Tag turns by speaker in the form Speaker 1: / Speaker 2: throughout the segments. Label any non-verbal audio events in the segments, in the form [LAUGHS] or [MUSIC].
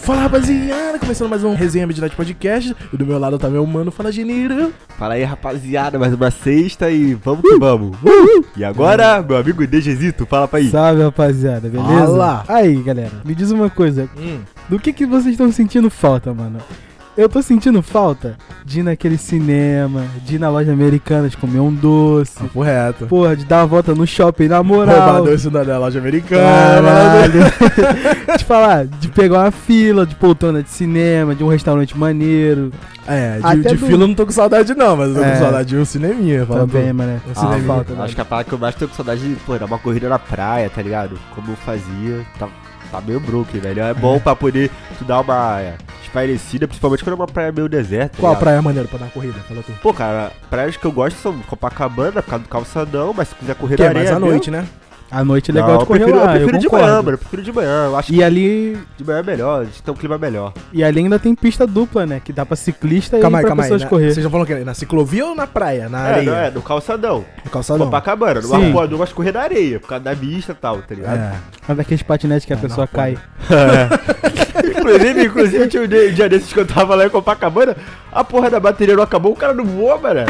Speaker 1: Fala rapaziada, começando mais um Resenha Midnight Podcast. E do meu lado tá meu mano, fala Geneiro.
Speaker 2: Fala aí, rapaziada, mais uma sexta e vamos que vamos. E agora, meu amigo DGzito, fala pra aí.
Speaker 3: Salve, rapaziada, beleza?
Speaker 1: Fala!
Speaker 3: Aí, galera, me diz uma coisa.
Speaker 1: Hum.
Speaker 3: Do que, que vocês estão sentindo falta, mano? Eu tô sentindo falta de ir naquele cinema, de ir na loja americana de comer um doce,
Speaker 1: Papo reto.
Speaker 3: porra, de dar uma volta no shopping na moral.
Speaker 1: Roubado isso na loja americana.
Speaker 3: Caralho. [LAUGHS] de falar, de pegar uma fila de poltrona de cinema, de um restaurante maneiro.
Speaker 1: É, de,
Speaker 3: Até
Speaker 1: de
Speaker 3: do-
Speaker 1: fila eu não tô com saudade não, mas eu tô
Speaker 3: É.
Speaker 1: com saudade de um cineminha. Fala
Speaker 3: também,
Speaker 1: tu.
Speaker 3: mano.
Speaker 1: Um
Speaker 2: Ah,
Speaker 1: cineminha.
Speaker 3: falta,
Speaker 2: mano,
Speaker 3: né?
Speaker 2: acho que a parada que eu mais tô com saudade, pô, era uma corrida na praia, tá ligado? Como eu fazia, tá, tá meio broke, velho. É bom pra poder tu dar uma é, espairecida, principalmente quando é uma praia meio deserta. tá
Speaker 1: Qual a
Speaker 2: ligado?
Speaker 1: praia é maneira pra dar uma corrida? Fala tu.
Speaker 2: Pô, cara, praias que eu gosto são Copacabana, por causa do calçadão, mas se quiser correr
Speaker 1: Que
Speaker 2: na
Speaker 1: é
Speaker 2: areia
Speaker 1: mais à
Speaker 2: mesmo-
Speaker 1: noite, né?
Speaker 3: A noite é
Speaker 2: Não,
Speaker 3: legal de correr
Speaker 2: eu prefiro,
Speaker 3: lá,
Speaker 2: eu prefiro de
Speaker 3: concordo.
Speaker 2: manhã, mano, eu prefiro de manhã. Eu acho que
Speaker 3: E ali,
Speaker 2: de manhã é melhor, a gente tem um clima melhor.
Speaker 3: e ali ainda tem pista dupla, né? Que dá pra ciclista
Speaker 1: Calma
Speaker 3: e
Speaker 1: aí,
Speaker 3: pra
Speaker 1: calma aí.
Speaker 3: pessoas
Speaker 1: né?
Speaker 3: correr.
Speaker 1: Vocês já falaram que é na ciclovia ou na praia? Na
Speaker 2: É,
Speaker 1: areia?
Speaker 2: não é, no calçadão.
Speaker 1: No calçadão?
Speaker 2: Copacabana, no
Speaker 3: Sim.
Speaker 2: arpoador, mas correr na areia, por causa da vista e tal, tá ligado?
Speaker 1: É.
Speaker 3: Mas daqueles patinetes que a pessoa cai.
Speaker 2: É. [LAUGHS] Inclusive, inclusive, tinha um dia, dia desses que eu tava lá em Copacabana, a porra da bateria não acabou, o cara não voa, mano.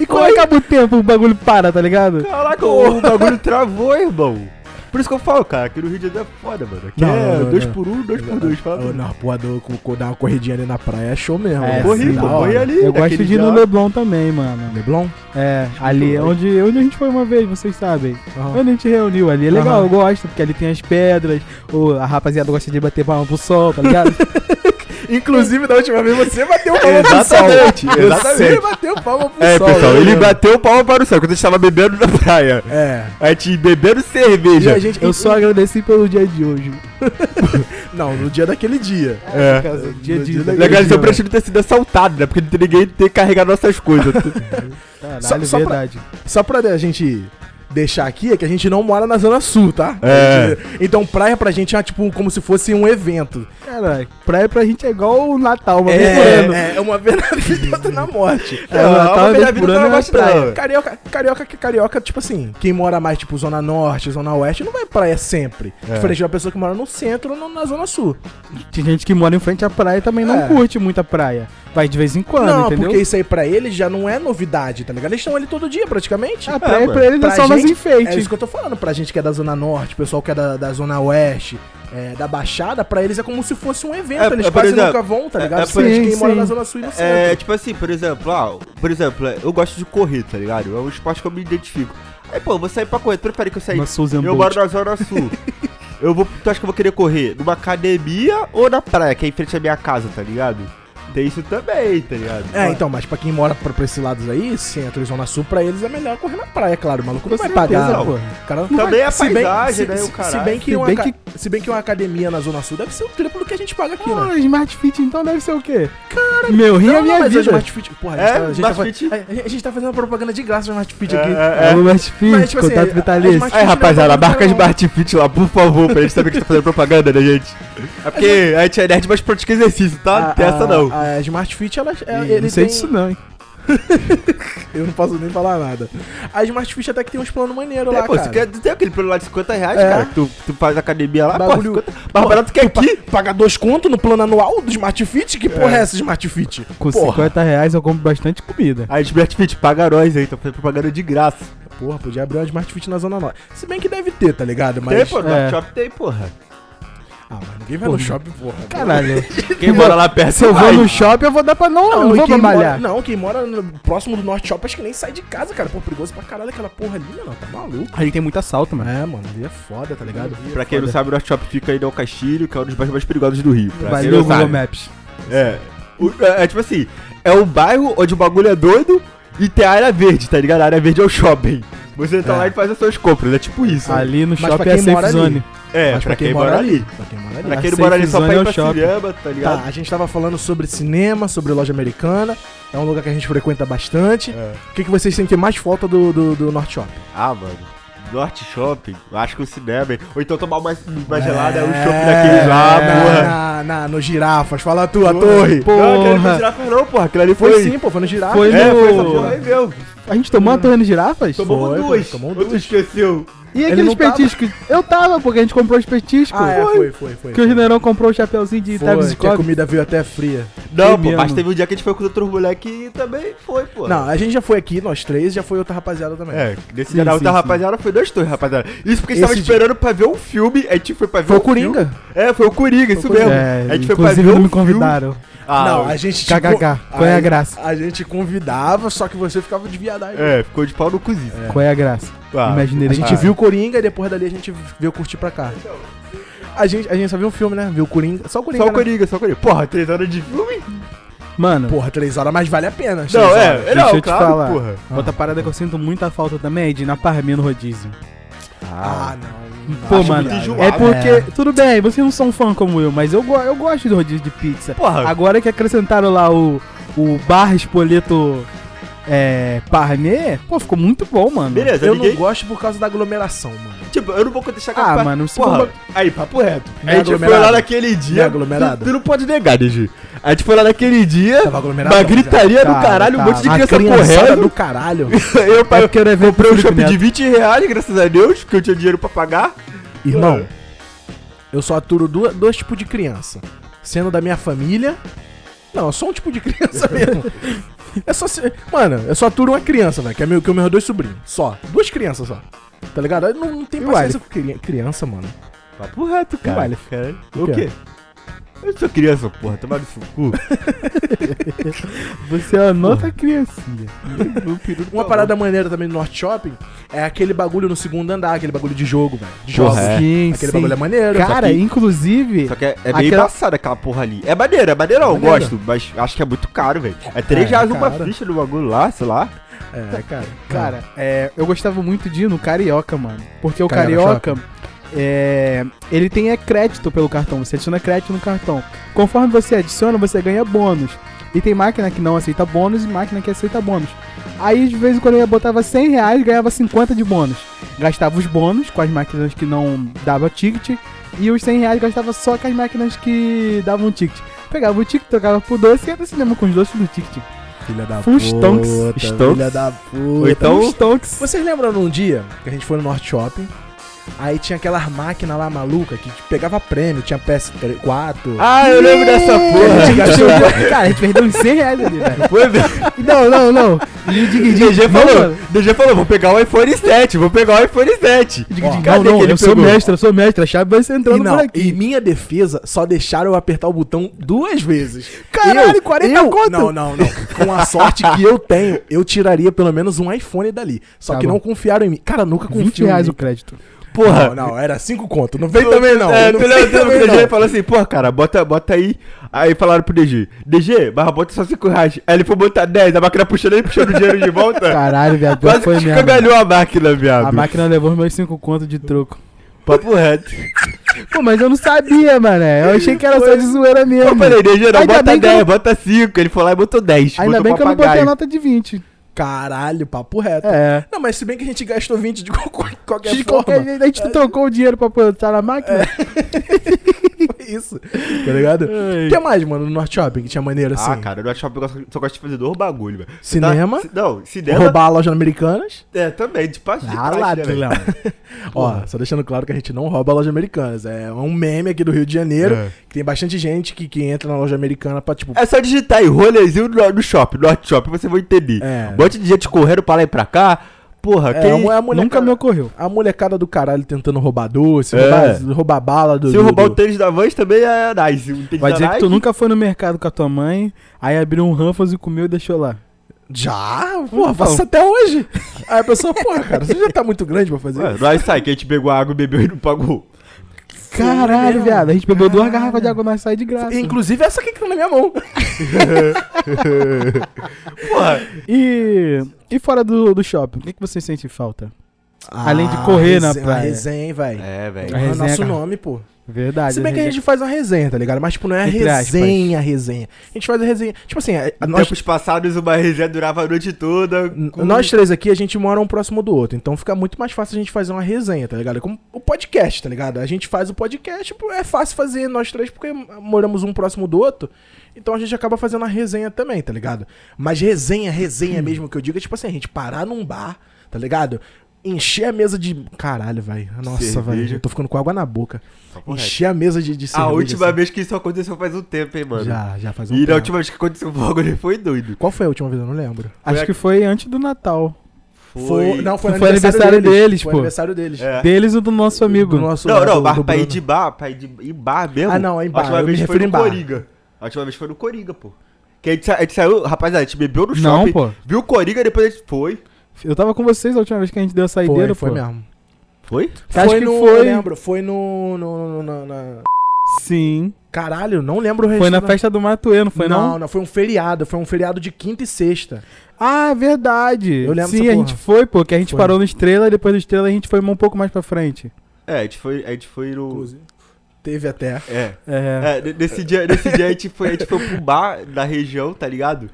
Speaker 3: E quando acaba o tempo, o bagulho para, tá ligado?
Speaker 2: Caraca, o, o bagulho travou, irmão. Por isso que eu falo, cara, aqui no Rio de Janeiro é foda, mano. Aqui
Speaker 1: Não,
Speaker 2: é
Speaker 1: não, não,
Speaker 2: 2
Speaker 1: não.
Speaker 2: por 1 um, 2 por 2 fala.
Speaker 1: Eu, não, pô, do- co- co- dar uma corridinha ali na praia é show mesmo.
Speaker 3: É,
Speaker 1: né?
Speaker 2: sim,
Speaker 1: Da
Speaker 2: pô,
Speaker 1: hora.
Speaker 2: põe ali.
Speaker 3: Eu gosto
Speaker 2: daquele
Speaker 3: de ir no
Speaker 2: dia lá.
Speaker 3: Leblon também, mano.
Speaker 1: Leblon?
Speaker 3: É, ali é onde, onde a gente foi uma vez, vocês sabem.
Speaker 1: Aham.
Speaker 3: Onde a gente reuniu ali. É legal,
Speaker 1: Aham.
Speaker 3: eu gosto, porque ali tem as pedras, ou a rapaziada gosta de bater palma pro sol,
Speaker 1: [LAUGHS]
Speaker 3: tá ligado?
Speaker 1: Inclusive, da última vez você bateu palma pro sol.
Speaker 2: [LAUGHS] Exatamente,
Speaker 1: Você
Speaker 2: exatamente.
Speaker 1: bateu palma pro
Speaker 2: É,
Speaker 1: sol. né?
Speaker 2: pessoal,
Speaker 1: eu
Speaker 2: ele
Speaker 1: lembro.
Speaker 2: bateu palma para o céu quando a gente tava bebendo na praia.
Speaker 1: É.
Speaker 2: A gente bebendo
Speaker 1: E
Speaker 2: cerveja.
Speaker 1: a gente,
Speaker 3: Eu só agradeci pelo dia de hoje.
Speaker 1: Não, no dia daquele dia.
Speaker 2: É.
Speaker 3: Casa,
Speaker 1: No
Speaker 3: dia de
Speaker 1: dia
Speaker 3: hoje.
Speaker 1: da-
Speaker 2: Legal, seu prestino ter sido assaltado, né? Porque não tem ninguém ter carregado nossas [LAUGHS] coisas.
Speaker 3: Caralho,
Speaker 1: Só- só pra-
Speaker 3: verdade.
Speaker 1: Só pra a gente deixar aqui, é que a gente não mora na Zona Sul, tá?
Speaker 2: É.
Speaker 1: A gente- Então praia pra gente é tipo como se fosse um evento.
Speaker 3: Cara, praia pra gente é igual o Natal, uma vez por ano.
Speaker 1: É, é uma vez na vida e outra na morte.
Speaker 3: É, o Natal
Speaker 2: uma
Speaker 3: é
Speaker 2: vez na
Speaker 3: vez
Speaker 2: vida
Speaker 3: por
Speaker 2: eu
Speaker 3: ano
Speaker 2: não
Speaker 3: é uma
Speaker 2: gosto,
Speaker 3: praia.
Speaker 2: não.
Speaker 1: Carioca, carioca, que carioca, tipo assim, quem mora mais, tipo, zona norte, zona oeste, não vai praia sempre. Diferente da pessoa que mora no centro ou na zona sul.
Speaker 3: Tem gente que mora em frente à praia e também não
Speaker 1: É.
Speaker 3: curte muita praia. Vai de vez em quando,
Speaker 1: não,
Speaker 3: entendeu?
Speaker 1: porque isso aí pra eles já não é novidade, tá ligado? Eles estão ali todo dia, praticamente.
Speaker 3: A praia
Speaker 2: mano.
Speaker 3: pra eles é só mais
Speaker 1: gente,
Speaker 3: enfeite.
Speaker 1: É isso que eu tô falando, pra gente que é da Zona Norte, pessoal que é da, da Zona Oeste, é, da Baixada, pra eles é como se fosse um evento,
Speaker 2: É,
Speaker 1: eles
Speaker 2: é, por
Speaker 1: quase
Speaker 2: exemplo,
Speaker 1: nunca vão, tá
Speaker 2: é,
Speaker 1: ligado?
Speaker 2: é,
Speaker 1: Diferente de
Speaker 3: sim,
Speaker 1: quem mora
Speaker 3: sim.
Speaker 1: na Zona Sul e no centro.
Speaker 2: É, tipo assim, por exemplo, ah, por exemplo, eu gosto de correr, tá ligado? É um esporte que eu me identifico. Aí, pô, eu vou sair pra correr, tu prefere que eu saia.
Speaker 3: Uma Susan
Speaker 2: Eu
Speaker 3: Bolt.
Speaker 2: moro na Zona [LAUGHS] Sul. eu vou. Tu acha que eu vou querer correr numa academia ou na praia, que é em frente à minha casa, tá ligado? Tem isso também, tá ligado?
Speaker 1: É, então, mas pra quem mora pra, pra esses lados aí, centro e Zona Sul, pra eles é melhor correr na praia, claro. O maluco não vai
Speaker 3: certeza,
Speaker 1: pagar.
Speaker 3: pô.
Speaker 1: O cara não
Speaker 2: Também
Speaker 1: vai-
Speaker 2: é a
Speaker 1: se bem-
Speaker 2: paisagem,
Speaker 1: se-
Speaker 2: né, o
Speaker 1: se-
Speaker 2: caralho.
Speaker 1: Se bem, que
Speaker 3: Se
Speaker 1: uma,
Speaker 3: bem
Speaker 1: ca-
Speaker 3: que-
Speaker 1: se bem que uma academia na Zona Sul deve ser o triplo do que a gente paga aqui, né?
Speaker 3: Ah, Smart Fit então deve ser o quê? Cara, meu rim é a minha
Speaker 1: mas
Speaker 3: vida.
Speaker 1: hoje o Smart Fit. Porra, a
Speaker 2: É,
Speaker 1: gente, tá, a, gente tá,
Speaker 2: Smart
Speaker 1: fa-
Speaker 2: Fit.
Speaker 1: a- a gente tá fazendo propaganda de graça do Smart Fit
Speaker 2: É,
Speaker 1: aqui.
Speaker 2: é, é.
Speaker 3: Alô, Smart Fit,
Speaker 1: Mas, tipo assim,
Speaker 3: contato
Speaker 1: a- a
Speaker 3: vitalício.
Speaker 1: Smart-
Speaker 2: Aí,
Speaker 1: Não,
Speaker 2: rapaziada,
Speaker 1: não, não.
Speaker 2: marca Smart Fit lá, por favor, pra gente saber que a gente tá fazendo propaganda, né, gente? É porque a gente é nerd, mas pratica exercício, tá? Não tem essa não.
Speaker 1: A, a Smart Fit, ela, é,
Speaker 3: Ih,
Speaker 1: ele
Speaker 3: não sei
Speaker 1: tem-
Speaker 3: disso não, hein?
Speaker 1: Eu não posso nem falar nada. A Smart Fit até que tem uns planos maneiros
Speaker 2: Tem,
Speaker 1: lá,
Speaker 2: É, pô,
Speaker 1: cara.
Speaker 2: você quer, tem aquele plano lá de 50 reais,
Speaker 1: É.
Speaker 2: cara, que tu, tu faz na academia lá,
Speaker 1: Bagulho-
Speaker 2: pô, 50, mais barato que é aqui.
Speaker 1: Pagar dois contos no plano anual do Smart Fit? Que porra é essa Smart Fit?
Speaker 3: Com
Speaker 1: porra.
Speaker 3: 50 reais eu compro bastante comida.
Speaker 2: Aí, Smart Fit, paga nós aí, tá fazendo propaganda de graça.
Speaker 1: Porra, podia abrir uma Smart Fit na Zona Norte. Se bem que deve ter, tá ligado?
Speaker 2: tem,
Speaker 1: Mas.
Speaker 2: pô, no
Speaker 3: é.
Speaker 2: shopping tem, porra.
Speaker 1: Ah, mas ninguém vai no
Speaker 3: Porra.
Speaker 1: shopping, porra. [LAUGHS]
Speaker 3: Caralho.
Speaker 2: Quem mora lá perto,
Speaker 3: Se eu vou
Speaker 2: vai.
Speaker 3: no shopping, eu vou dar pra. Não, eu não
Speaker 1: e
Speaker 3: vou
Speaker 1: quem
Speaker 3: pra
Speaker 1: mora,
Speaker 3: malhar.
Speaker 1: não, quem mora no- próximo do Norte Shopping acho que nem sai de casa, cara. Pô, perigoso pra caralho aquela porra ali, mano. Tá maluco.
Speaker 3: Aí tem muito assalto, mano.
Speaker 1: É, mano, ali é foda, tá ligado?
Speaker 2: Pra quem não sabe, o Norte Shopping fica aí no Castilho, que é um dos bairros mais perigosos do Rio. Pra quem
Speaker 3: Valeu,
Speaker 2: não
Speaker 3: Google
Speaker 2: sabe.
Speaker 3: Maps.
Speaker 2: É. O- é, é tipo assim, é um bairro onde o bagulho é doido e tem a área verde, tá ligado? A área verde é o shopping. Você tá
Speaker 1: É.
Speaker 2: lá e faz as suas compras, é tipo isso.
Speaker 3: Ali no
Speaker 1: Mas pra
Speaker 3: shopping é
Speaker 1: quem mora ali.
Speaker 3: safe zone.
Speaker 2: É,
Speaker 1: Mas pra quem mora ali. Pra quem mora ali.
Speaker 2: Pra quem
Speaker 3: A
Speaker 2: não mora ali
Speaker 3: safe
Speaker 2: só pra
Speaker 3: zone é
Speaker 2: ir
Speaker 3: o
Speaker 2: pra
Speaker 3: shopping.
Speaker 2: Cinema, tá
Speaker 1: Tá,
Speaker 2: ligado?
Speaker 1: a gente tava falando sobre cinema, sobre loja americana. É um lugar que a gente frequenta bastante.
Speaker 2: É.
Speaker 1: O que, que vocês sentem mais falta do, do, do Norte Shopping?
Speaker 2: Ah, mano. Norte Shopping, eu acho que o cinema, hein? Ou então tomar uma, uma gelada, é um
Speaker 1: É,
Speaker 2: shopping daqueles lá,
Speaker 1: é,
Speaker 2: porra.
Speaker 1: Na, na, no Girafas, fala a tua, torre.
Speaker 3: Pô,
Speaker 2: Não, aquele
Speaker 3: Porra.
Speaker 2: foi girafa não, porra. Aquilo ali
Speaker 1: Foi,
Speaker 2: foi...
Speaker 1: sim, pô, foi no Girafas.
Speaker 3: Foi
Speaker 2: É,
Speaker 3: no-
Speaker 2: foi essa porra aí mesmo.
Speaker 1: Hum.
Speaker 3: A gente tomou a torre de girafas?
Speaker 2: Tomamos
Speaker 1: Foi,
Speaker 2: duas.
Speaker 1: pô, tomou
Speaker 2: Ou tu esqueceu.
Speaker 3: E
Speaker 1: Ele
Speaker 3: aqueles
Speaker 1: não tava?
Speaker 3: petiscos? Eu tava, porque a gente comprou os petiscos.
Speaker 1: Ah, é, foi, foi, foi.
Speaker 3: Que o general comprou o chapeuzinho de
Speaker 1: foi, que a
Speaker 3: Taviscov.
Speaker 1: comida veio até fria.
Speaker 2: Não, pô,
Speaker 3: mesmo.
Speaker 2: mas teve um dia que a gente foi com os outros moleques e também foi, pô.
Speaker 1: Não, a gente já foi aqui, nós três, já foi outra rapaziada também.
Speaker 2: É, nesse
Speaker 3: Sim,
Speaker 2: dia da
Speaker 3: sim,
Speaker 2: outra
Speaker 3: sim.
Speaker 2: rapaziada foi dois turnos, rapaziada. Isso porque a gente
Speaker 1: Esse
Speaker 2: tava
Speaker 1: dia-
Speaker 2: esperando pra ver um filme, a gente foi pra ver
Speaker 1: Foi o
Speaker 2: um filme.
Speaker 1: Coringa.
Speaker 2: É, foi o Coringa, isso mesmo. a gente foi pra ver
Speaker 3: É, inclusive não
Speaker 2: um
Speaker 3: me convidaram.
Speaker 2: filme. Ah,
Speaker 1: não, a gente tipo,
Speaker 3: KKK, qual é a
Speaker 1: aí
Speaker 3: graça?
Speaker 1: A gente convidava, só que você ficava de viadagem.
Speaker 2: É, ficou de pau no cozinho.
Speaker 3: Qual é a graça?
Speaker 2: Ah,
Speaker 3: Imaginei
Speaker 1: A gente
Speaker 3: ah.
Speaker 1: viu o Coringa e depois dali a gente veio curtir pra cá. A gente, a gente só viu o filme, né? Viu o Coringa. Só o Coringa.
Speaker 2: Só o
Speaker 1: né?
Speaker 2: Coringa, só o Coringa. Porra, três horas de filme?
Speaker 3: Mano,
Speaker 1: Porra, três horas, mas vale a pena. as
Speaker 2: Não,
Speaker 1: três
Speaker 2: é,
Speaker 1: horas.
Speaker 2: é,
Speaker 3: deixa
Speaker 2: não,
Speaker 3: eu te
Speaker 2: claro,
Speaker 3: falar.
Speaker 2: porra.
Speaker 3: Outra parada que eu sinto muita falta também é de ir na parminha no rodízio.
Speaker 1: Ah, não.
Speaker 3: Pô,
Speaker 1: Acho
Speaker 3: mano,
Speaker 1: muito
Speaker 2: enjoado. né?
Speaker 1: enjoado.
Speaker 3: é porque. Tudo bem, vocês não são fã como eu, mas eu, go- eu gosto do rodízio de pizza.
Speaker 2: Porra,
Speaker 3: Agora que acrescentaram lá o, o barra espoleto é, parmê, pô, ficou muito bom, mano.
Speaker 2: beleza,
Speaker 1: Eu
Speaker 2: ninguém...
Speaker 1: não gosto por causa da aglomeração, mano.
Speaker 2: Tipo, eu não vou deixar que a
Speaker 3: Ah,
Speaker 2: par-
Speaker 3: mano, se
Speaker 2: Porra,
Speaker 3: for-
Speaker 2: aí, papo reto.
Speaker 1: Não
Speaker 2: A
Speaker 1: é
Speaker 2: gente foi
Speaker 1: aglomerado?
Speaker 2: lá naquele dia.
Speaker 1: aglomerado?
Speaker 2: Tu, tu não pode negar, DG. A gente foi lá naquele dia.
Speaker 1: Tava aglomerado,
Speaker 2: Uma
Speaker 1: não, já.
Speaker 2: gritaria do
Speaker 3: Tava,
Speaker 2: caralho, um
Speaker 3: tava.
Speaker 2: monte de
Speaker 3: Uma
Speaker 2: criança
Speaker 1: Criançada
Speaker 2: correndo.
Speaker 1: do caralho.
Speaker 2: [LAUGHS] Eu,
Speaker 3: É
Speaker 2: pai,
Speaker 3: porque era evento
Speaker 2: comprei um
Speaker 3: do
Speaker 2: shopping
Speaker 3: Felipe
Speaker 2: de 20 reais, graças a Deus, que eu tinha dinheiro pra pagar.
Speaker 3: É.
Speaker 1: Irmão, eu só aturo du- dois tipos de criança. Sendo da minha família. Não, eu sou um tipo de criança
Speaker 3: [LAUGHS]
Speaker 1: mesmo. É só se- Mano, eu só aturo uma criança, velho. Que é meu, que é meus dois sobrinhos. Só. Duas crianças só. Tá ligado? Eu não, não tem
Speaker 3: E o
Speaker 1: paciência com cri- criança, mano.
Speaker 2: Papo reto, cara.
Speaker 3: Vale.
Speaker 2: Caralho.
Speaker 1: O
Speaker 2: O
Speaker 1: quê?
Speaker 2: quê? Eu sou criança, porra, tomar no seu cu.
Speaker 3: Neto. Você é uma nova criancinha.
Speaker 2: Um
Speaker 1: Uma parada maneira também do Norte Shopping é aquele bagulho no segundo andar, aquele bagulho de jogo, velho. De
Speaker 2: Porra,
Speaker 1: jogos.
Speaker 2: é.
Speaker 3: Sim,
Speaker 1: Aquele
Speaker 3: sim.
Speaker 1: bagulho é maneiro.
Speaker 3: Cara,
Speaker 2: Só que-
Speaker 3: inclusive,
Speaker 2: Só que é, é meio
Speaker 3: Aquela-
Speaker 2: embaçada aquela porra ali. É maneiro, é maneirão, eu
Speaker 1: Maneiro.
Speaker 2: gosto, mas acho que é muito caro, velho. É 3
Speaker 1: É,
Speaker 2: reais uma
Speaker 1: cara.
Speaker 2: ficha do bagulho lá, sei lá.
Speaker 1: É, cara.
Speaker 3: cara, é, eu gostava muito de ir no Carioca, mano. Porque o
Speaker 1: Carioca
Speaker 3: Carioca, é, ele tem é, crédito pelo cartão. Você adiciona crédito no cartão. Conforme você adiciona, você ganha bônus. E tem máquina que não aceita bônus e máquina que aceita bônus. Aí, de vez em quando, eu botava 100 reais e ganhava 50 de bônus. Gastava os bônus com as máquinas que não dava ticket. E os 100 reais gastava só com as máquinas que davam ticket. Pegava o ticket, trocava por doce e ia pro cinema com os doces do ticket.
Speaker 1: Filha da
Speaker 3: Fui tá stonks,
Speaker 1: puta.
Speaker 2: stonks.
Speaker 1: Filha da
Speaker 2: Ou
Speaker 1: puta.
Speaker 2: então,
Speaker 3: Os tonks.
Speaker 1: Vocês lembram num dia que a gente foi no Norte Shopping? Aí tinha aquelas máquinas lá maluca que pegava prêmio, tinha PS4.
Speaker 2: Ah, eu lembro dessa
Speaker 3: É. A gente
Speaker 2: porra. [LAUGHS]
Speaker 3: gastou- cara, a gente perdeu uns 100 reais ali, velho.
Speaker 2: Foi mesmo.
Speaker 3: [LAUGHS] Não, não, não. E o Dig Dig
Speaker 2: DG
Speaker 3: não,
Speaker 2: falou,
Speaker 3: mano.
Speaker 2: DG falou, vou pegar o iPhone 7, vou pegar o iPhone 7.
Speaker 3: Dig
Speaker 1: Ó,
Speaker 3: Dig,
Speaker 2: cadê
Speaker 3: não, não,
Speaker 2: que ele
Speaker 3: eu sou
Speaker 2: pegou?
Speaker 3: mestre, eu sou mestre. A chave vai ser
Speaker 1: E,
Speaker 3: entrando
Speaker 1: não,
Speaker 3: por
Speaker 1: em
Speaker 3: aqui.
Speaker 1: minha defesa, só deixaram eu apertar o botão duas vezes.
Speaker 3: Caralho,
Speaker 1: eu,
Speaker 3: 40
Speaker 1: eu,
Speaker 3: conto?
Speaker 1: Não, não, não. Com a sorte que eu tenho, eu tiraria pelo menos um iPhone dali. Só
Speaker 3: Tá
Speaker 1: que
Speaker 3: bom.
Speaker 1: não confiaram em mim. Cara, nunca
Speaker 3: 20
Speaker 1: confiam
Speaker 2: um
Speaker 1: em
Speaker 3: reais
Speaker 1: mim.
Speaker 2: [LAUGHS]
Speaker 3: o crédito.
Speaker 1: Porra. Não, não, era cinco conto. Não vem também não.
Speaker 2: É,
Speaker 1: não
Speaker 2: tu lembra
Speaker 1: vem
Speaker 2: tu lembra que
Speaker 1: também
Speaker 2: o DG
Speaker 1: não.
Speaker 2: falou assim, porra, cara, bota, bota aí. Aí falaram pro DG, DG, barra, bota só 5 reais. Aí ele foi botar 10, a máquina puxando ele, puxando o dinheiro de volta.
Speaker 3: Caralho, viado,
Speaker 2: Quase
Speaker 3: foi
Speaker 2: que
Speaker 3: mesmo.
Speaker 2: escangalhou a máquina, viado.
Speaker 3: A máquina levou os meus 5 contos de troco.
Speaker 2: Papo reto.
Speaker 3: Pô, mas eu não sabia, mano. Eu achei que era só
Speaker 2: Foi.
Speaker 3: de zoeira mesmo.
Speaker 2: Eu falei, DG, não,
Speaker 3: Ainda
Speaker 2: bota
Speaker 3: bem que eu
Speaker 2: 10,
Speaker 3: não-
Speaker 2: bota 5. Ele "Ah, foi lá e botou 10.
Speaker 3: Ainda
Speaker 2: botou
Speaker 3: bem que eu não botei a
Speaker 2: um papagaio.
Speaker 3: nota de 20.
Speaker 1: Caralho, papo reto.
Speaker 3: É.
Speaker 1: Não, mas se bem que a gente gastou 20 de qualquer, qualquer
Speaker 3: De
Speaker 1: forma.
Speaker 3: qualquer jeito, a gente trocou o dinheiro pra botar na máquina.
Speaker 2: É,
Speaker 1: [LAUGHS] Isso. Tá ligado? O que mais, mano, no Norte Shopping que tinha maneiro assim?
Speaker 2: Ah, cara, no shopping eu só- só gosto de fazer dois bagulho, velho.
Speaker 1: Cinema?
Speaker 2: Tá- Não, cinema
Speaker 1: Roubar a loja Americanas.
Speaker 2: é também, de passe de
Speaker 3: Ah,
Speaker 2: trás, né, velho?
Speaker 3: ladrão.
Speaker 1: [LAUGHS] Ó, só deixando claro que a gente não rouba a loja Americanas. É um meme aqui do Rio de Janeiro,
Speaker 2: É.
Speaker 1: que tem bastante gente que, que entra na loja americana pra, tipo,
Speaker 2: É só digitar aí, rolezinho no, no shopping, no hot shopping, você vai entender.
Speaker 1: É.
Speaker 2: Um monte de gente correndo pra lá e pra cá. Porra,
Speaker 1: É,
Speaker 2: quem...
Speaker 3: um
Speaker 1: a mu- a mulher-
Speaker 3: Nunca me ocorreu.
Speaker 1: a molecada do caralho tentando roubar doce,
Speaker 2: É.
Speaker 1: roubar, roubar bala do...
Speaker 2: Se eu roubar
Speaker 1: do-
Speaker 2: o tênis da Vans também é nice. O tênis
Speaker 3: um Vai
Speaker 2: da
Speaker 3: dizer que
Speaker 2: Nike-
Speaker 3: tu nunca foi no mercado com a tua mãe, aí abriu um Ruffles e comeu e deixou lá.
Speaker 1: Já? Porra, faço até hoje. Aí a pessoa, porra, cara, você já tá muito grande pra fazer.
Speaker 2: Ué, nós sai, que a gente pegou a água, bebeu e não pagou.
Speaker 3: Caralho,
Speaker 1: mesmo.
Speaker 3: viado. A gente pegou duas
Speaker 1: Caralho.
Speaker 3: garrafas de água nós sai de graça.
Speaker 1: Inclusive essa aqui que tá na minha mão.
Speaker 2: Porra,
Speaker 3: E, e fora do, do shopping, o que, que você sente falta? Além de
Speaker 1: Ah,
Speaker 3: correr na
Speaker 1: resenha-
Speaker 3: praia.
Speaker 1: A resenha, hein, velho.
Speaker 2: É, velho.
Speaker 3: A
Speaker 1: É o
Speaker 3: resenha,
Speaker 1: nosso
Speaker 3: cara.
Speaker 1: nome, pô.
Speaker 3: Verdade.
Speaker 1: Se bem que a gente faz uma resenha, tá ligado? Mas, tipo, não é a
Speaker 3: Entre aspas.
Speaker 1: resenha, resenha. A gente faz a resenha. Tipo assim, a- a nós,
Speaker 2: Tempos passados, uma resenha durava a noite toda.
Speaker 1: n-
Speaker 2: com-
Speaker 1: nós três aqui, a gente mora um próximo do outro. Então fica muito mais fácil a gente fazer uma resenha, tá ligado? É Como o podcast, tá ligado? A gente faz o podcast, pô, é fácil fazer nós três porque moramos um próximo do outro. Então a gente acaba fazendo a resenha também,
Speaker 2: Hum.
Speaker 1: tá ligado? Mas resenha, resenha mesmo que eu digo é tipo assim, a gente parar num bar, tá ligado? encher a mesa de. Caralho, velho. Nossa,
Speaker 2: Cerveja.
Speaker 1: velho. eu Tô ficando com água na boca.
Speaker 2: Papo reto.
Speaker 1: Encher a mesa de, de cerveja.
Speaker 2: A última
Speaker 1: assim.
Speaker 2: vez que isso aconteceu faz um tempo, hein, mano.
Speaker 1: Já, já faz um
Speaker 2: E
Speaker 1: tempo.
Speaker 2: na última vez que aconteceu o bagulho foi doido.
Speaker 1: Qual foi a última vez? Eu não lembro.
Speaker 3: Acho que foi antes do Natal.
Speaker 1: Foi- Não, foi, no
Speaker 3: Foi aniversário deles,
Speaker 1: Foi
Speaker 3: pô.
Speaker 1: aniversário deles.
Speaker 2: É.
Speaker 3: Deles e do nosso amigo.
Speaker 1: Do nosso,
Speaker 2: Não,
Speaker 1: do-
Speaker 2: não,
Speaker 1: do
Speaker 2: bar, pra ir
Speaker 1: Bruno.
Speaker 2: de bar, pra ir de em bar mesmo.
Speaker 1: Ah, não, em bar,
Speaker 2: A última
Speaker 1: eu me
Speaker 2: vez foi
Speaker 1: refiro
Speaker 2: no
Speaker 1: em bar.
Speaker 2: Coringa. A última vez foi no Coringa, pô. Que a gente, sa- a gente saiu, rapaziada, a gente bebeu no
Speaker 3: Não,
Speaker 2: shopping,
Speaker 3: pô.
Speaker 2: viu o Coringa, depois a gente foi.
Speaker 3: Eu tava com vocês a última vez que a gente deu a
Speaker 1: Foi,
Speaker 3: saideira,
Speaker 1: foi
Speaker 3: pô.
Speaker 1: mesmo.
Speaker 2: Foi?
Speaker 3: Acho
Speaker 1: foi
Speaker 3: que
Speaker 1: no.
Speaker 3: foi-
Speaker 1: Eu lembro, foi no. no, no- na- na-
Speaker 3: Sim.
Speaker 1: Caralho, não lembro o resto.
Speaker 3: Foi na
Speaker 1: da-
Speaker 3: festa do Matuê, não foi não?
Speaker 1: Não, foi um feriado. Foi um feriado de quinta e sexta.
Speaker 3: Ah, é verdade.
Speaker 1: Eu lembro
Speaker 3: Sim,
Speaker 1: dessa
Speaker 3: a
Speaker 1: porra.
Speaker 3: gente foi, pô, que a gente
Speaker 1: Foi.
Speaker 3: parou no Estrela e depois do Estrela a gente foi um pouco mais pra frente.
Speaker 2: É, a gente foi, a gente foi no...
Speaker 1: Teve até.
Speaker 2: É.
Speaker 3: É.
Speaker 2: É, n- nesse dia, nesse dia a, gente foi, a gente foi pra um bar da região, tá ligado?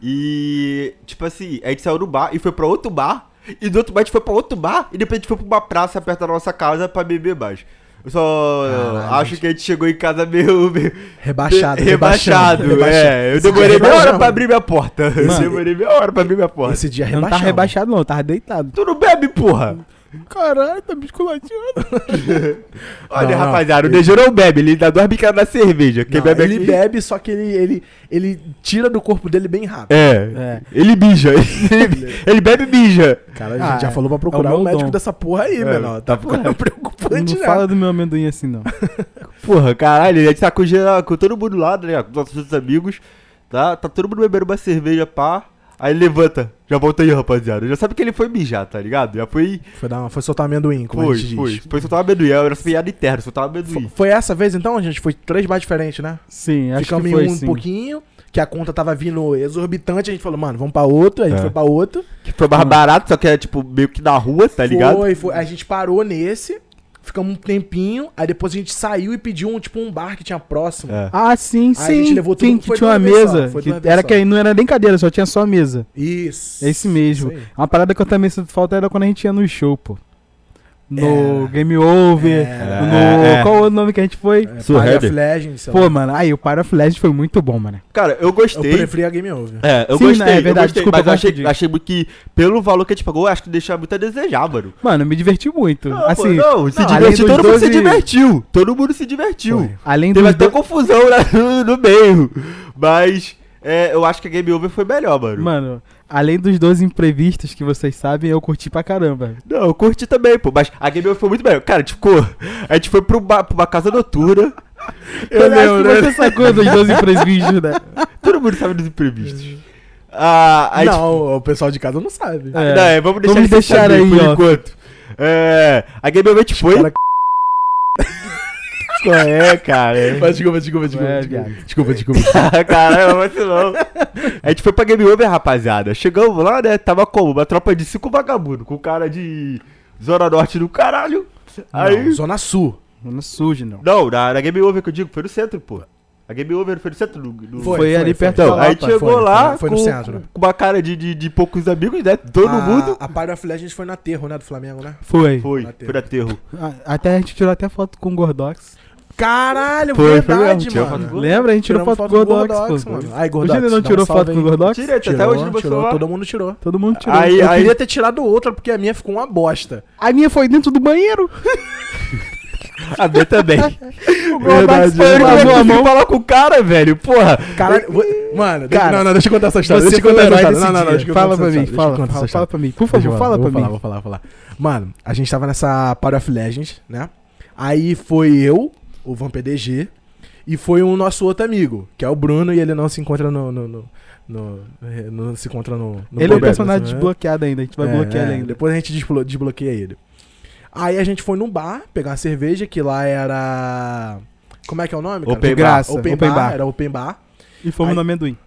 Speaker 2: E, tipo assim, a gente saiu do bar e foi pra outro bar. E do outro bar a gente foi pra outro bar. E depois a gente foi pra uma praça perto da nossa casa pra beber mais. Eu só
Speaker 1: Caralho,
Speaker 2: acho
Speaker 1: gente.
Speaker 2: que a gente chegou em casa meio. meio
Speaker 1: Rebaixado.
Speaker 2: rebaixado, é. Eu
Speaker 1: Esse dia
Speaker 2: demorei meia hora
Speaker 1: rebaixamos.
Speaker 2: pra abrir minha porta. Eu
Speaker 3: Mano,
Speaker 2: demorei meia hora pra abrir minha porta.
Speaker 1: Esse dia
Speaker 3: Eu não
Speaker 1: rebaixado.
Speaker 3: tava rebaixado, não, eu tava deitado.
Speaker 2: Tu não bebe, porra!
Speaker 1: [LAUGHS]
Speaker 3: Caralho, tá bisculatinho.
Speaker 2: Olha,
Speaker 1: Não, não.
Speaker 2: rapaziada, o Dejão não bebe, ele dá duas bicadas na cerveja. Quem
Speaker 1: Não,
Speaker 2: bebe
Speaker 1: ele
Speaker 2: aqui-
Speaker 1: bebe, só que ele, ele, ele tira do corpo dele bem rápido.
Speaker 2: É, ele [LAUGHS] bija. Ele, ele bebe e bija.
Speaker 1: Cara, a
Speaker 3: Ah,
Speaker 1: gente já falou pra procurar
Speaker 3: é o
Speaker 1: um
Speaker 3: meu
Speaker 1: médico
Speaker 3: dom.
Speaker 1: dessa porra aí,
Speaker 2: É,
Speaker 1: menor. Tá ficando [LAUGHS] preocupante,
Speaker 3: Não
Speaker 1: né?
Speaker 3: fala do meu amendoim assim, não.
Speaker 2: Porra, caralho, a gente tá com, geral- com todo mundo lá, né? Com nossos outros amigos. Tá, tá todo mundo bebendo uma cerveja, pá. Aí ele levanta. Já volta aí, rapaziada. Já sabe que ele foi mijar, tá ligado? Já foi.
Speaker 1: Foi, dar uma- foi soltar amendoim, como a
Speaker 2: Foi,
Speaker 1: gente
Speaker 2: foi.
Speaker 1: diz.
Speaker 2: Foi soltar uma amendoim. Era essa piada interna, soltar uma amendoim.
Speaker 1: Foi, foi essa vez então, a gente foi três mais diferentes, né?
Speaker 3: Sim, acho
Speaker 1: Ficamos
Speaker 3: que
Speaker 1: em
Speaker 3: foi
Speaker 1: um
Speaker 3: sim.
Speaker 1: pouquinho, que a conta tava vindo exorbitante, a gente falou, mano, vamos pra outro, a gente
Speaker 2: É.
Speaker 1: foi pra outro.
Speaker 2: Que foi mais barato, só que era tipo meio que na rua, tá ligado?
Speaker 1: Foi, foi. A gente parou nesse, ficamos um tempinho, aí depois a gente saiu e pediu um, tipo, um bar que tinha próximo.
Speaker 2: É.
Speaker 3: Ah, sim,
Speaker 1: Aí a
Speaker 3: sim.
Speaker 1: gente levou tudo-
Speaker 3: Sim, que
Speaker 1: foi
Speaker 3: tinha
Speaker 1: de
Speaker 3: uma
Speaker 1: uma vez só,
Speaker 3: mesa.
Speaker 1: foi de
Speaker 3: que
Speaker 1: uma vez
Speaker 3: era
Speaker 1: só.
Speaker 3: que aí não era nem cadeira, só tinha só mesa.
Speaker 1: Isso.
Speaker 3: É esse mesmo.
Speaker 1: Isso aí.
Speaker 3: Uma parada que eu também sinto falta era quando a gente ia no show, pô. No
Speaker 1: Era.
Speaker 3: Game Over,
Speaker 1: Era.
Speaker 3: no.
Speaker 2: É.
Speaker 3: Qual o nome que a gente foi?
Speaker 1: É,
Speaker 2: Surrender.
Speaker 1: Party of Legends, sei lá.
Speaker 3: Pô, mano, aí o Pyro Flash foi muito bom, mano.
Speaker 2: Cara, eu
Speaker 1: Eu
Speaker 2: gostei.
Speaker 1: preferi a Game Over.
Speaker 2: É, eu
Speaker 3: Sim,
Speaker 2: gostei,
Speaker 3: né, é
Speaker 2: eu
Speaker 3: verdade,
Speaker 2: gostei,
Speaker 3: desculpa,
Speaker 2: mas eu achei,
Speaker 3: confundi.
Speaker 2: achei que pelo valor que a gente pagou, acho que deixava muito a desejar, mano.
Speaker 3: Mano, eu me diverti muito.
Speaker 2: pô,
Speaker 3: assim,
Speaker 2: não, se
Speaker 3: não,
Speaker 2: divertiu,
Speaker 3: além
Speaker 2: todo
Speaker 3: dos
Speaker 2: mundo se
Speaker 3: 12
Speaker 2: divertiu. Todo mundo se divertiu.
Speaker 1: Foi.
Speaker 3: além do.
Speaker 2: Teve até confusão lá [LAUGHS] no, no meio. Mas é, eu acho que a Game Over foi melhor, mano.
Speaker 3: Mano, além dos 12 imprevistos que vocês sabem, eu curti pra caramba.
Speaker 2: Não, eu curti também, pô. Mas a Game Over foi muito melhor. Cara, a gente ficou. A gente foi pra uma, pra uma casa noturna. Eu
Speaker 3: acho
Speaker 2: lembro,
Speaker 3: que
Speaker 2: né?
Speaker 3: você sacou dos 12
Speaker 2: [LAUGHS]
Speaker 3: imprevistos, né?
Speaker 2: Todo mundo sabe dos imprevistos. Ah, a gente
Speaker 1: Não, o pessoal de casa não sabe.
Speaker 3: É.
Speaker 2: Não, é, vamos deixar,
Speaker 3: Vamos
Speaker 2: ele
Speaker 3: deixar
Speaker 2: saber
Speaker 3: aí,
Speaker 2: por
Speaker 3: ó.
Speaker 2: enquanto. É, a Game Over foi.
Speaker 1: cara-
Speaker 2: Qual é, cara? [LAUGHS]
Speaker 1: Mas desculpa, desculpa,
Speaker 3: Ué,
Speaker 1: desculpa. desculpa.
Speaker 3: viado.
Speaker 1: Desculpa, desculpa.
Speaker 2: Caralho, vacilão. [LAUGHS] A gente foi pra Game Over, rapaziada. Chegamos lá, né? Tava como? Uma tropa de cinco vagabundos, com cara de Zona Norte do caralho. Aí.
Speaker 1: Não, Zona Sul.
Speaker 3: Não surge, não.
Speaker 2: Não, na, na Game Over que eu digo, foi no centro, pô. A Game Over foi no centro do. do-
Speaker 3: Foi ali perto
Speaker 2: Então,
Speaker 3: da
Speaker 2: aí
Speaker 3: Lapa,
Speaker 2: chegou
Speaker 1: foi,
Speaker 2: lá
Speaker 1: foi, foi
Speaker 2: com,
Speaker 1: no centro, né? Ah,
Speaker 2: com uma cara de, de, de poucos amigos, né? Todo
Speaker 1: a,
Speaker 2: mundo.
Speaker 1: A Party of Legends foi no aterro, né? Do Flamengo, né?
Speaker 3: Foi.
Speaker 2: Foi,
Speaker 1: Aterro.
Speaker 2: foi aterro.
Speaker 3: A- Até a gente tirou até foto com o Gordox.
Speaker 1: Caralho,
Speaker 2: Foi, foi
Speaker 1: verdade,
Speaker 2: mesmo, tinha
Speaker 1: mano.
Speaker 2: foto-
Speaker 3: Lembra? A gente tirou
Speaker 1: Tiramos
Speaker 3: foto, com o Gordox, pô.
Speaker 1: mano. Aí,
Speaker 3: O Júnior
Speaker 1: Gordox,
Speaker 3: não
Speaker 1: dá um
Speaker 3: tirou foto
Speaker 1: salve
Speaker 3: com o
Speaker 1: aí.
Speaker 3: Gordox?
Speaker 2: Direto, até
Speaker 1: Tirou,
Speaker 2: hoje no meu
Speaker 1: tirou,
Speaker 2: celular.
Speaker 1: todo mundo tirou.
Speaker 3: Todo mundo tirou.
Speaker 2: Aí-
Speaker 3: Eu
Speaker 1: Eu
Speaker 2: aí-
Speaker 3: queria-
Speaker 1: queria ter tirado outra, porque a minha ficou uma bosta.
Speaker 3: A minha foi dentro do banheiro.
Speaker 2: [LAUGHS] A minha também.
Speaker 3: O
Speaker 1: [LAUGHS] Verdade,
Speaker 3: Gordox foi
Speaker 1: verdade.
Speaker 3: lavou a mão.
Speaker 2: falar com o cara, velho. Porra.
Speaker 1: Caralho, vou- mano, de-
Speaker 3: Cara,
Speaker 1: não, não, deixa eu contar essa história.
Speaker 3: Você
Speaker 1: deixa eu
Speaker 3: foi o
Speaker 1: contar essa
Speaker 3: herói
Speaker 1: história. Não,
Speaker 3: desse
Speaker 1: não, não,
Speaker 3: dia.
Speaker 1: deixa eu
Speaker 3: Fala
Speaker 1: contar
Speaker 3: pra
Speaker 1: essa
Speaker 3: mim,
Speaker 1: história, deixa eu
Speaker 3: fala,
Speaker 1: contar essa
Speaker 3: fala,
Speaker 1: história.
Speaker 3: fala pra mim. Por
Speaker 1: Deixa eu
Speaker 3: favor,
Speaker 1: falar,
Speaker 3: fala pra
Speaker 1: vou falar,
Speaker 3: mim.
Speaker 1: Vou falar, vou falar, Mano, a gente tava nessa Power of Legends, né? Aí foi eu, o Van PDG, e foi um nosso outro amigo, que é o Bruno, e ele não se encontra no. no, no, no- eh, não se encontra no. no
Speaker 3: Ele é
Speaker 1: Power,
Speaker 3: um personagem
Speaker 1: né?
Speaker 3: desbloqueado ainda, a gente vai
Speaker 1: É,
Speaker 3: bloquear ele
Speaker 1: é,
Speaker 3: ainda.
Speaker 1: Depois a gente desblo- desbloqueia ele. Aí a gente foi num bar pegar uma cerveja, que lá era. Como é que é o nome? cara?
Speaker 2: Open
Speaker 1: De
Speaker 2: bar.
Speaker 1: graça. Open,
Speaker 3: Open
Speaker 1: bar,
Speaker 3: bar.
Speaker 1: Era open bar.
Speaker 3: E fomos
Speaker 1: Aí-
Speaker 3: no amendoim.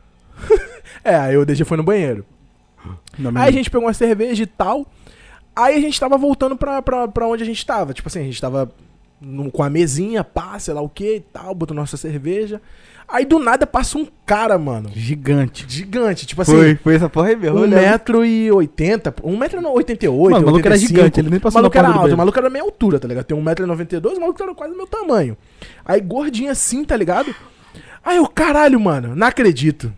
Speaker 1: É, aí o DG foi no banheiro. Aí
Speaker 3: No
Speaker 1: a
Speaker 3: amendoim.
Speaker 1: gente pegou uma cerveja e tal. Aí a gente tava voltando pra, pra, pra onde a gente tava. Tipo assim, a gente tava num- com a mesinha, pá, sei lá o que e tal, botou nossa cerveja. Aí do nada passa um cara, mano.
Speaker 3: Gigante.
Speaker 1: Gigante, tipo assim.
Speaker 2: Foi, foi essa porra aí mesmo. eu
Speaker 1: Um
Speaker 2: lembro.
Speaker 1: metro e oitenta, um metro e oitenta e oito,
Speaker 3: Mano, o maluco era
Speaker 1: 85.
Speaker 3: gigante, ele nem passou
Speaker 1: O maluco
Speaker 3: na
Speaker 1: era
Speaker 3: porta
Speaker 1: alto,
Speaker 3: do
Speaker 1: o
Speaker 3: banheiro.
Speaker 1: maluco era meia altura, tá ligado? Tem um metro e noventa e dois, o maluco era quase do meu tamanho. Aí gordinho assim, tá ligado? Aí eu, caralho, mano, não acredito.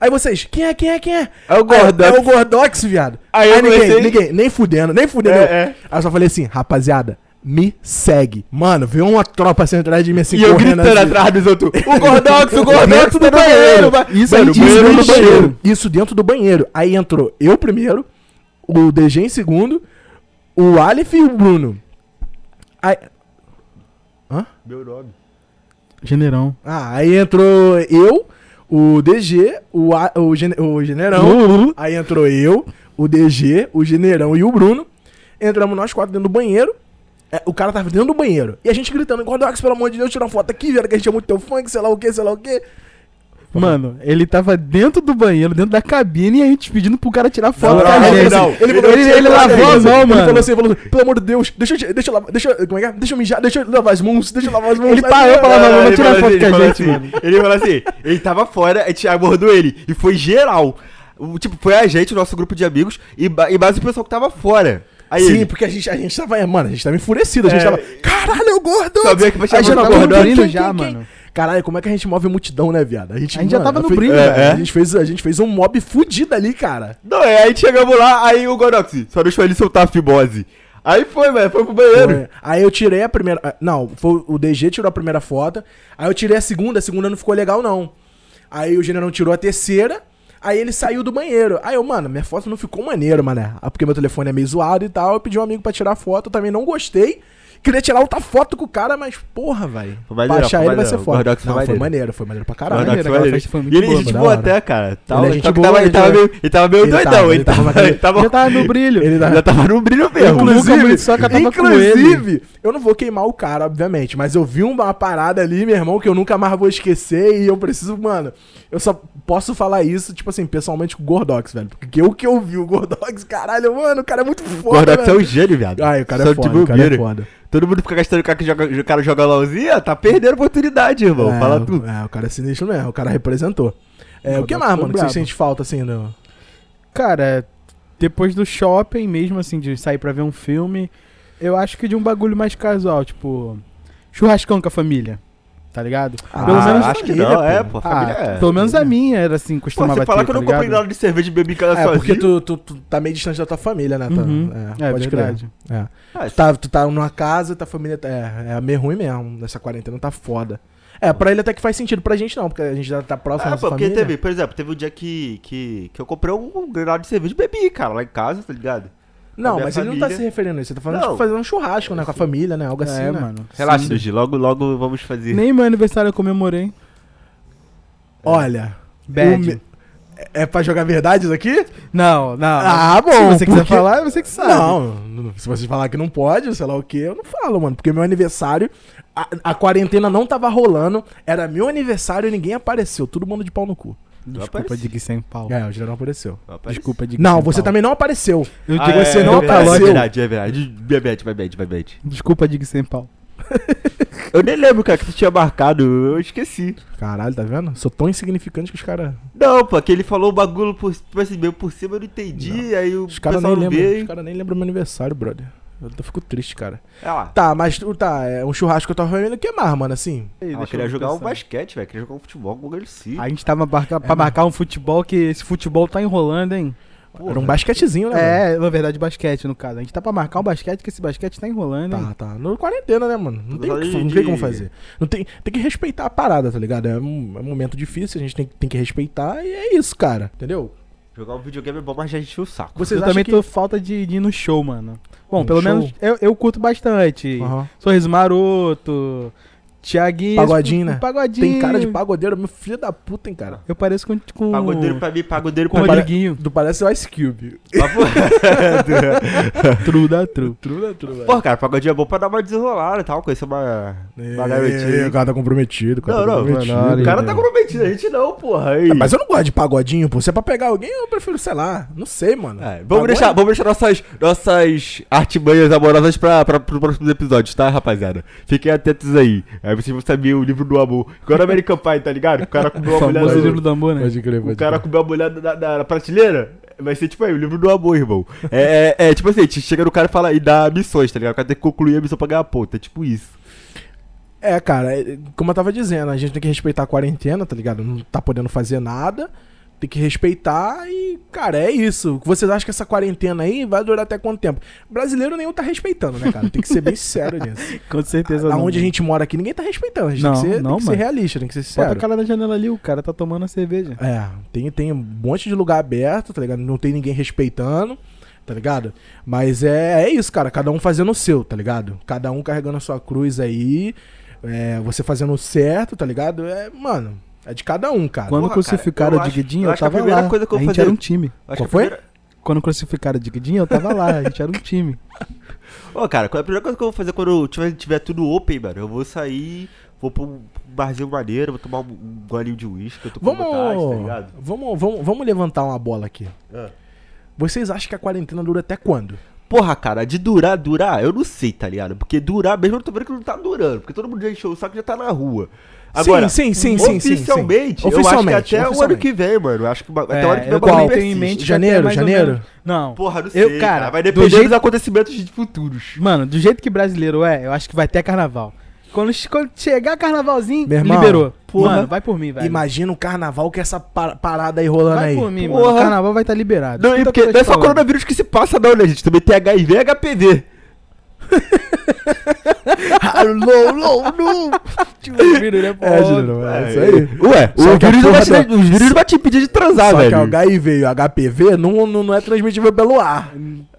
Speaker 1: Aí vocês, quem é, quem é, quem é?
Speaker 2: É o Gordox.
Speaker 1: Aí, É o Gordox, viado.
Speaker 2: Aí eu
Speaker 1: ninguém,
Speaker 2: comecei-
Speaker 1: ninguém, nem fudendo, nem fudendo.
Speaker 2: É,
Speaker 1: eu.
Speaker 2: é.
Speaker 1: Aí eu só falei assim, rapaziada, me segue. Mano, veio uma tropa assim atrás de mim, assim,
Speaker 2: E eu
Speaker 1: correndo
Speaker 2: gritando
Speaker 1: assim.
Speaker 2: atrás dos outros. O Gordox,
Speaker 1: [LAUGHS]
Speaker 2: o Gordox
Speaker 1: Dentro
Speaker 2: do banheiro. ba-
Speaker 1: Isso
Speaker 2: Mano,
Speaker 1: aí, isso dentro do
Speaker 2: encheu.
Speaker 1: banheiro. Isso dentro do banheiro. Aí entrou eu primeiro, o DG em segundo, o Aleph e o Bruno. Aí,
Speaker 2: Meu nome.
Speaker 3: Generão.
Speaker 1: ah, aí entrou eu, o DG, o, A- o, Gen- o Generão. Aí entrou eu, o DG, o Generão e o Bruno. Entramos nós quatro dentro do banheiro. É, o cara tava dentro do banheiro. E a gente gritando, Gordox, pelo amor de Deus, tira uma foto aqui, velho, que a gente é muito teu funk, sei lá o que, sei lá o que.
Speaker 3: Mano, ele tava dentro do banheiro, dentro da cabine, e a gente pedindo pro cara tirar foto
Speaker 2: Não,
Speaker 3: da
Speaker 2: não,
Speaker 3: gente.
Speaker 2: não.
Speaker 3: Ele, ele, ele lavou a mão,
Speaker 1: Ele falou
Speaker 3: mano.
Speaker 1: assim, falou assim, pelo amor de Deus, deixa eu, deixa eu lavar, deixa eu, como é que é? Deixa eu mijar, deixa eu lavar as mãos, deixa eu lavar as mãos.
Speaker 3: Ele parou
Speaker 2: Não,
Speaker 3: pra lavar
Speaker 2: não,
Speaker 3: a mão,
Speaker 2: ele
Speaker 3: vai
Speaker 2: falou
Speaker 3: tirar foto
Speaker 2: assim,
Speaker 3: com a
Speaker 2: ele falou
Speaker 3: gente,
Speaker 2: assim,
Speaker 3: mano.
Speaker 2: Ele falou assim, ele tava fora, a gente abordou ele. E foi geral. O, tipo, foi a gente, o nosso grupo de amigos, e, ba- e mais o pessoal que tava fora. Aí
Speaker 1: Sim,
Speaker 2: ele,
Speaker 1: porque a gente, a gente tava, é, mano, a gente tava enfurecido, a gente
Speaker 2: É.
Speaker 1: tava, caralho, o gordo!
Speaker 2: Sabia que vai chamar
Speaker 1: Aí já
Speaker 2: o
Speaker 1: tava
Speaker 2: gordo.
Speaker 1: no brilho
Speaker 3: Brilho já, mano.
Speaker 1: Caralho, como é que a gente move multidão, né, viado? A gente,
Speaker 3: A gente já tava no
Speaker 1: foi-
Speaker 3: brilho,
Speaker 1: é,
Speaker 2: velho.
Speaker 1: A gente, fez, a gente fez um mob fudido ali, cara.
Speaker 2: Não, é, aí chegamos lá, aí o Gorox só deixou ele soltar a fibose. Aí foi, velho, foi pro banheiro.
Speaker 1: Foi- É. Aí eu tirei a primeira. ah, Não, foi, o DG tirou a primeira foto. Aí eu tirei a segunda, a segunda não ficou legal, não. Aí o general tirou a terceira. Aí ele saiu do banheiro. Aí eu, mano, minha foto não ficou maneiro, mané. Ah, Porque meu telefone é meio zoado e tal. Eu pedi um amigo pra tirar a foto, eu também não gostei. Queria tirar outra foto com o cara, mas porra, velho.
Speaker 2: Foi
Speaker 1: Pra
Speaker 2: maneiro,
Speaker 1: achar ele
Speaker 2: foi
Speaker 1: vai
Speaker 2: maneiro.
Speaker 1: ser foda.
Speaker 2: Gordox foi
Speaker 1: Não, foi
Speaker 2: maneiro.
Speaker 1: maneiro, foi maneiro pra caralho.
Speaker 2: Gordox
Speaker 3: aquela festa foi muito
Speaker 2: e ele,
Speaker 3: boa,
Speaker 2: gente
Speaker 1: mano,
Speaker 2: boa
Speaker 1: da hora.
Speaker 2: até, cara. Tal,
Speaker 1: Ele é
Speaker 2: ele,
Speaker 1: gente
Speaker 2: tava,
Speaker 1: boa,
Speaker 2: ele, tava
Speaker 1: ele-
Speaker 2: meio, ele tava meio
Speaker 1: ele
Speaker 2: doidão,
Speaker 1: tava-
Speaker 2: ele
Speaker 1: ele tava
Speaker 2: tava,
Speaker 1: naquele-
Speaker 2: ele tava,
Speaker 3: Já tava no brilho.
Speaker 1: Ele tava-
Speaker 2: já tava no brilho mesmo.
Speaker 3: O Lucas Muriçoca tava com ele.
Speaker 1: inclusive, eu não vou queimar o cara, obviamente, mas eu vi uma parada ali, meu irmão, que eu nunca mais vou esquecer e eu preciso, mano, eu só posso falar isso, tipo assim, pessoalmente com o Gordox, velho, porque o que eu vi, o Gordox, caralho, mano, o cara é muito
Speaker 2: o
Speaker 1: foda,
Speaker 2: Gordox é
Speaker 1: velho.
Speaker 2: um gênio, viado.
Speaker 1: Ai, o cara
Speaker 2: Só
Speaker 1: é
Speaker 2: de
Speaker 1: foda, o cara é
Speaker 2: bobeira.
Speaker 1: foda.
Speaker 2: Todo mundo fica gastando cara que joga, o cara joga LOLzinha, tá perdendo oportunidade, irmão.
Speaker 1: É,
Speaker 2: Fala tu.
Speaker 1: É, o cara é sinistro mesmo, o cara representou. É, o que
Speaker 3: Gordox
Speaker 1: mais,
Speaker 3: foi
Speaker 1: mano, que você
Speaker 3: brabo.
Speaker 1: sente falta, assim, no...
Speaker 3: Cara, depois do shopping, mesmo assim, de sair pra ver um filme, eu acho que de um bagulho mais casual, tipo, churrascão com a família, tá ligado?
Speaker 1: Ah,
Speaker 3: pelo menos,
Speaker 2: acho que
Speaker 1: família,
Speaker 2: não, é,
Speaker 1: pô.
Speaker 2: pô, a
Speaker 3: ah,
Speaker 2: família é.
Speaker 3: pelo menos a minha era assim,
Speaker 2: Pô,
Speaker 3: costumava
Speaker 2: você falar
Speaker 3: ter,
Speaker 2: que eu não
Speaker 3: tá ligado?
Speaker 2: comprei nada de cerveja e bebi em casa
Speaker 1: É, porque
Speaker 2: sozinho.
Speaker 1: tu, tu- tu tá meio distante da tua família, né? tá-
Speaker 3: Uhum. É,
Speaker 1: pode crer.
Speaker 3: verdade.
Speaker 1: É.
Speaker 2: Ah,
Speaker 1: Tu tá, tu tá numa casa, tua família tá. É, é meio ruim mesmo. Essa quarentena tá foda. É, pra ele até que faz sentido, pra gente não, porque a gente já tá próximo
Speaker 2: Ah,
Speaker 1: da
Speaker 2: pô,
Speaker 1: sua
Speaker 2: porque
Speaker 1: família.
Speaker 2: teve, por exemplo, teve um dia que, que, que eu comprei um granado de cerveja e bebi, cara, lá em casa, tá ligado?
Speaker 1: Não,
Speaker 2: minha
Speaker 1: mas ele não tá
Speaker 2: família.
Speaker 1: se referindo a isso. Ele tá falando
Speaker 2: Não.
Speaker 1: tipo, fazendo um churrasco, né? Com a família, né? Algo assim,
Speaker 3: É,
Speaker 1: né?
Speaker 3: mano.
Speaker 2: Relaxa,
Speaker 3: sim.
Speaker 2: Dugi, logo, logo vamos fazer.
Speaker 3: Nem meu aniversário eu comemorei.
Speaker 1: Olha. o me- É é pra jogar verdade isso aqui?
Speaker 3: Não, não.
Speaker 1: Ah, bom,
Speaker 3: Se você quiser
Speaker 1: porque-
Speaker 3: falar, você que sabe.
Speaker 1: Não, não- se você falar que não pode, sei lá o que, eu não falo, mano. Porque meu aniversário, a, a quarentena não tava rolando, era meu aniversário e ninguém apareceu. Todo mundo de pau no cu.
Speaker 2: Não
Speaker 3: Desculpa,
Speaker 2: aparece,
Speaker 3: Dig sem pau.
Speaker 1: É, o geral não apareceu.
Speaker 2: não aparece.
Speaker 3: Desculpa, Dig
Speaker 1: Não,
Speaker 3: sem
Speaker 1: você tá
Speaker 3: pau.
Speaker 1: também não apareceu.
Speaker 3: Eu
Speaker 2: Ah,
Speaker 3: digo
Speaker 2: é,
Speaker 1: assim,
Speaker 3: você
Speaker 2: é
Speaker 3: não
Speaker 2: verdade,
Speaker 3: apareceu.
Speaker 2: É verdade, é verdade. Vai, bet, vai, bet, vai, bet.
Speaker 3: Desculpa, Dig sem pau.
Speaker 2: Eu nem lembro, cara, que tu tinha marcado, eu esqueci.
Speaker 1: Caralho, tá vendo? Sou tão insignificante que os caras.
Speaker 2: Não, pô, que ele falou o bagulho por, tipo assim, meio por cima, eu não entendi, aí o
Speaker 1: Os caras
Speaker 2: pessoal
Speaker 1: nem
Speaker 2: não
Speaker 1: lembram.
Speaker 2: veio.
Speaker 1: Os caras nem lembram meu aniversário, brother. Eu tô- fico triste, cara.
Speaker 2: É lá.
Speaker 1: Tá, mas tu- tá, é um churrasco que eu tava vendo, o que mais, mano, assim?
Speaker 2: Ah, queria jogar um basquete, velho. Queria jogar um futebol, um bagulho assim.
Speaker 3: A gente tava marca... pra marcar um futebol que esse futebol tá enrolando, hein?
Speaker 1: Era um basquetezinho, né?
Speaker 3: É, na verdade, basquete, no caso. A gente tá pra marcar um basquete que esse basquete tá enrolando,
Speaker 1: mano?
Speaker 3: hein?
Speaker 1: Tá, tá. No quarentena, né, mano? Não tem, o que-
Speaker 2: Falando
Speaker 1: não
Speaker 2: de-
Speaker 1: tem como fazer. Não tem, tem que respeitar a parada, tá ligado? É um, é um momento difícil, a gente tem, que- tem que respeitar e é isso, cara. Entendeu?
Speaker 2: Jogar um videogame é bom, mas já encheu o saco.
Speaker 1: Vocês
Speaker 3: eu também
Speaker 1: acham que...
Speaker 3: tô falta de, de ir no show, mano. Bom,
Speaker 1: No
Speaker 3: pelo
Speaker 1: show?
Speaker 3: menos eu, eu curto bastante.
Speaker 1: Aham.
Speaker 3: Sorriso Maroto, Thiaguinho.
Speaker 1: Pagodinho, né?
Speaker 3: Pagodinho.
Speaker 1: Tem cara de pagodeiro, meu filho da puta, hein, cara.
Speaker 3: Eu pareço com, com,
Speaker 2: Pagodeiro pra mim, pagodeiro
Speaker 3: com o
Speaker 2: pra mim.
Speaker 3: Rodriguinho.
Speaker 1: Tu parece o Ice Cube.
Speaker 3: True da true.
Speaker 1: True, né, true, velho?
Speaker 2: [LAUGHS] Pô, cara, pagodinho é bom pra dar uma desenrolada e tal, conhecer uma, uma
Speaker 1: Ei, O
Speaker 2: garotinha.
Speaker 1: cara tá comprometido, o É, cara tá
Speaker 2: Não, não,
Speaker 1: comprometido.
Speaker 3: mano,
Speaker 2: O cara tá
Speaker 3: Ei,
Speaker 2: comprometido, a gente não, porra. Aí.
Speaker 1: É, mas eu não gosto de pagodinho, pô. Se é pra pegar alguém, eu prefiro, sei lá. Não sei, mano.
Speaker 2: É,
Speaker 1: Pagode-
Speaker 2: vamos, deixar, vamos deixar nossas, nossas artimanhas amorosas pra, pra, pros próximos episódios, tá, rapaziada? Fiquem atentos aí. Aí vocês vão saber o livro do amor. Agora American Pie, tá ligado? O cara comeu
Speaker 3: [LAUGHS]
Speaker 2: uma mulher.
Speaker 3: Famoso
Speaker 2: no-
Speaker 3: livro do amor, né?
Speaker 1: Pode crer, pode
Speaker 2: O cara
Speaker 1: crer.
Speaker 2: comeu a mulher na, na- na prateleira. Vai ser tipo aí, o livro do amor, irmão. É, é, é, tipo assim, a gente chega no cara e fala e dá missões, tá ligado? O cara tem que concluir a missão pra ganhar ponto. É tipo isso.
Speaker 1: É, cara, é, como eu tava dizendo, a gente tem que respeitar a quarentena, tá ligado? Não tá podendo fazer nada. Tem que respeitar e, cara, é isso. Vocês acham que essa quarentena aí vai durar até quanto tempo? Brasileiro nenhum tá respeitando, né, cara? Tem que ser bem sincero nisso.
Speaker 3: Com certeza não.
Speaker 1: Aonde a gente mora aqui, ninguém tá respeitando. A gente
Speaker 3: Não,
Speaker 1: tem que ser,
Speaker 3: não,
Speaker 1: tem que ser
Speaker 3: mano.
Speaker 1: realista, tem que ser
Speaker 3: Bota o
Speaker 1: sincero.
Speaker 3: cara na janela ali, o cara tá tomando a cerveja.
Speaker 1: É, tem, tem um monte de lugar aberto, tá ligado? Não tem ninguém respeitando, tá ligado? Mas é, é isso, cara. Cada um fazendo o seu, tá ligado? Cada um carregando a sua cruz aí. é, você fazendo o certo, tá ligado? É, mano, é de cada um, cara.
Speaker 3: Quando
Speaker 2: Ah, Porra,
Speaker 3: crucificaram
Speaker 2: cara, eu
Speaker 3: o
Speaker 2: acho-
Speaker 3: Diguidinho,
Speaker 2: eu
Speaker 3: eu,
Speaker 2: acho que a
Speaker 3: tava
Speaker 2: primeira
Speaker 3: lá.
Speaker 2: coisa que eu
Speaker 3: a
Speaker 2: vou
Speaker 3: gente
Speaker 2: fazer- é
Speaker 3: era um time.
Speaker 2: Acho
Speaker 1: Qual
Speaker 2: que a
Speaker 1: foi?
Speaker 2: primeira-
Speaker 3: Quando crucificaram o Diguidinho, eu tava lá. A gente era um time.
Speaker 2: Ô, cara, é a primeira coisa que eu vou fazer quando eu tiver, tiver tudo open, mano, eu vou sair, vou pra um barzinho maneiro, vou tomar um, um golinho de uísque, eu tô com
Speaker 1: Vamos,
Speaker 2: vontade, tá ligado?
Speaker 1: vamos, vamos, vamos levantar uma bola aqui.
Speaker 2: Ah.
Speaker 1: Vocês acham que a quarentena dura até quando?
Speaker 2: Porra, cara, de durar, durar, eu não sei, tá ligado? Porque durar mesmo eu tô vendo que não tá durando, porque todo mundo já encheu o saco e já tá na rua. Agora,
Speaker 1: sim, sim, sim, sim, sim, sim.
Speaker 2: oficialmente, eu acho
Speaker 1: Oficialmente,
Speaker 2: que até o ano
Speaker 1: oficialmente.
Speaker 2: que vem, mano, eu acho que ba- até
Speaker 3: É,
Speaker 2: o ano que vem
Speaker 3: eu
Speaker 2: o bagulho
Speaker 1: também
Speaker 3: tenho em
Speaker 2: persiste.
Speaker 3: mente-
Speaker 1: Janeiro,
Speaker 3: mais ou
Speaker 1: janeiro?
Speaker 3: menos. Não.
Speaker 2: Porra, não sei,
Speaker 3: Eu,
Speaker 2: cara,
Speaker 3: cara,
Speaker 2: vai
Speaker 3: do
Speaker 2: depender
Speaker 3: jeito-
Speaker 2: dos acontecimentos de futuros.
Speaker 3: Mano, do jeito que brasileiro é, eu acho que vai até carnaval. Quando, che- quando chegar carnavalzinho,
Speaker 1: Meu irmão,
Speaker 3: liberou.
Speaker 2: porra.
Speaker 3: Mano, vai por mim, velho.
Speaker 1: Imagina o carnaval com essa pa- parada aí rolando
Speaker 3: vai
Speaker 1: aí.
Speaker 3: por mim,
Speaker 2: Porra.
Speaker 3: mano. O carnaval vai estar liberado.
Speaker 2: Não, e
Speaker 3: Escuta
Speaker 2: porque
Speaker 3: o que
Speaker 2: não
Speaker 3: eu
Speaker 2: é só
Speaker 3: tô te falando.
Speaker 2: coronavírus que se passa, não, né, gente? Também tem HIV e HPV.
Speaker 1: [LAUGHS] Alô, alô, alô.
Speaker 3: [LAUGHS] Tipo, vírus, né, pô?
Speaker 1: É, Janeiro, é isso aí.
Speaker 2: Ué,
Speaker 1: Só
Speaker 2: o
Speaker 1: que a
Speaker 2: vírus, não vai
Speaker 1: porra
Speaker 2: te, os vírus não vai te impedir de transar,
Speaker 1: Só
Speaker 2: velho.
Speaker 1: que o HIV e o HPV não, não, não é transmitível pelo ar.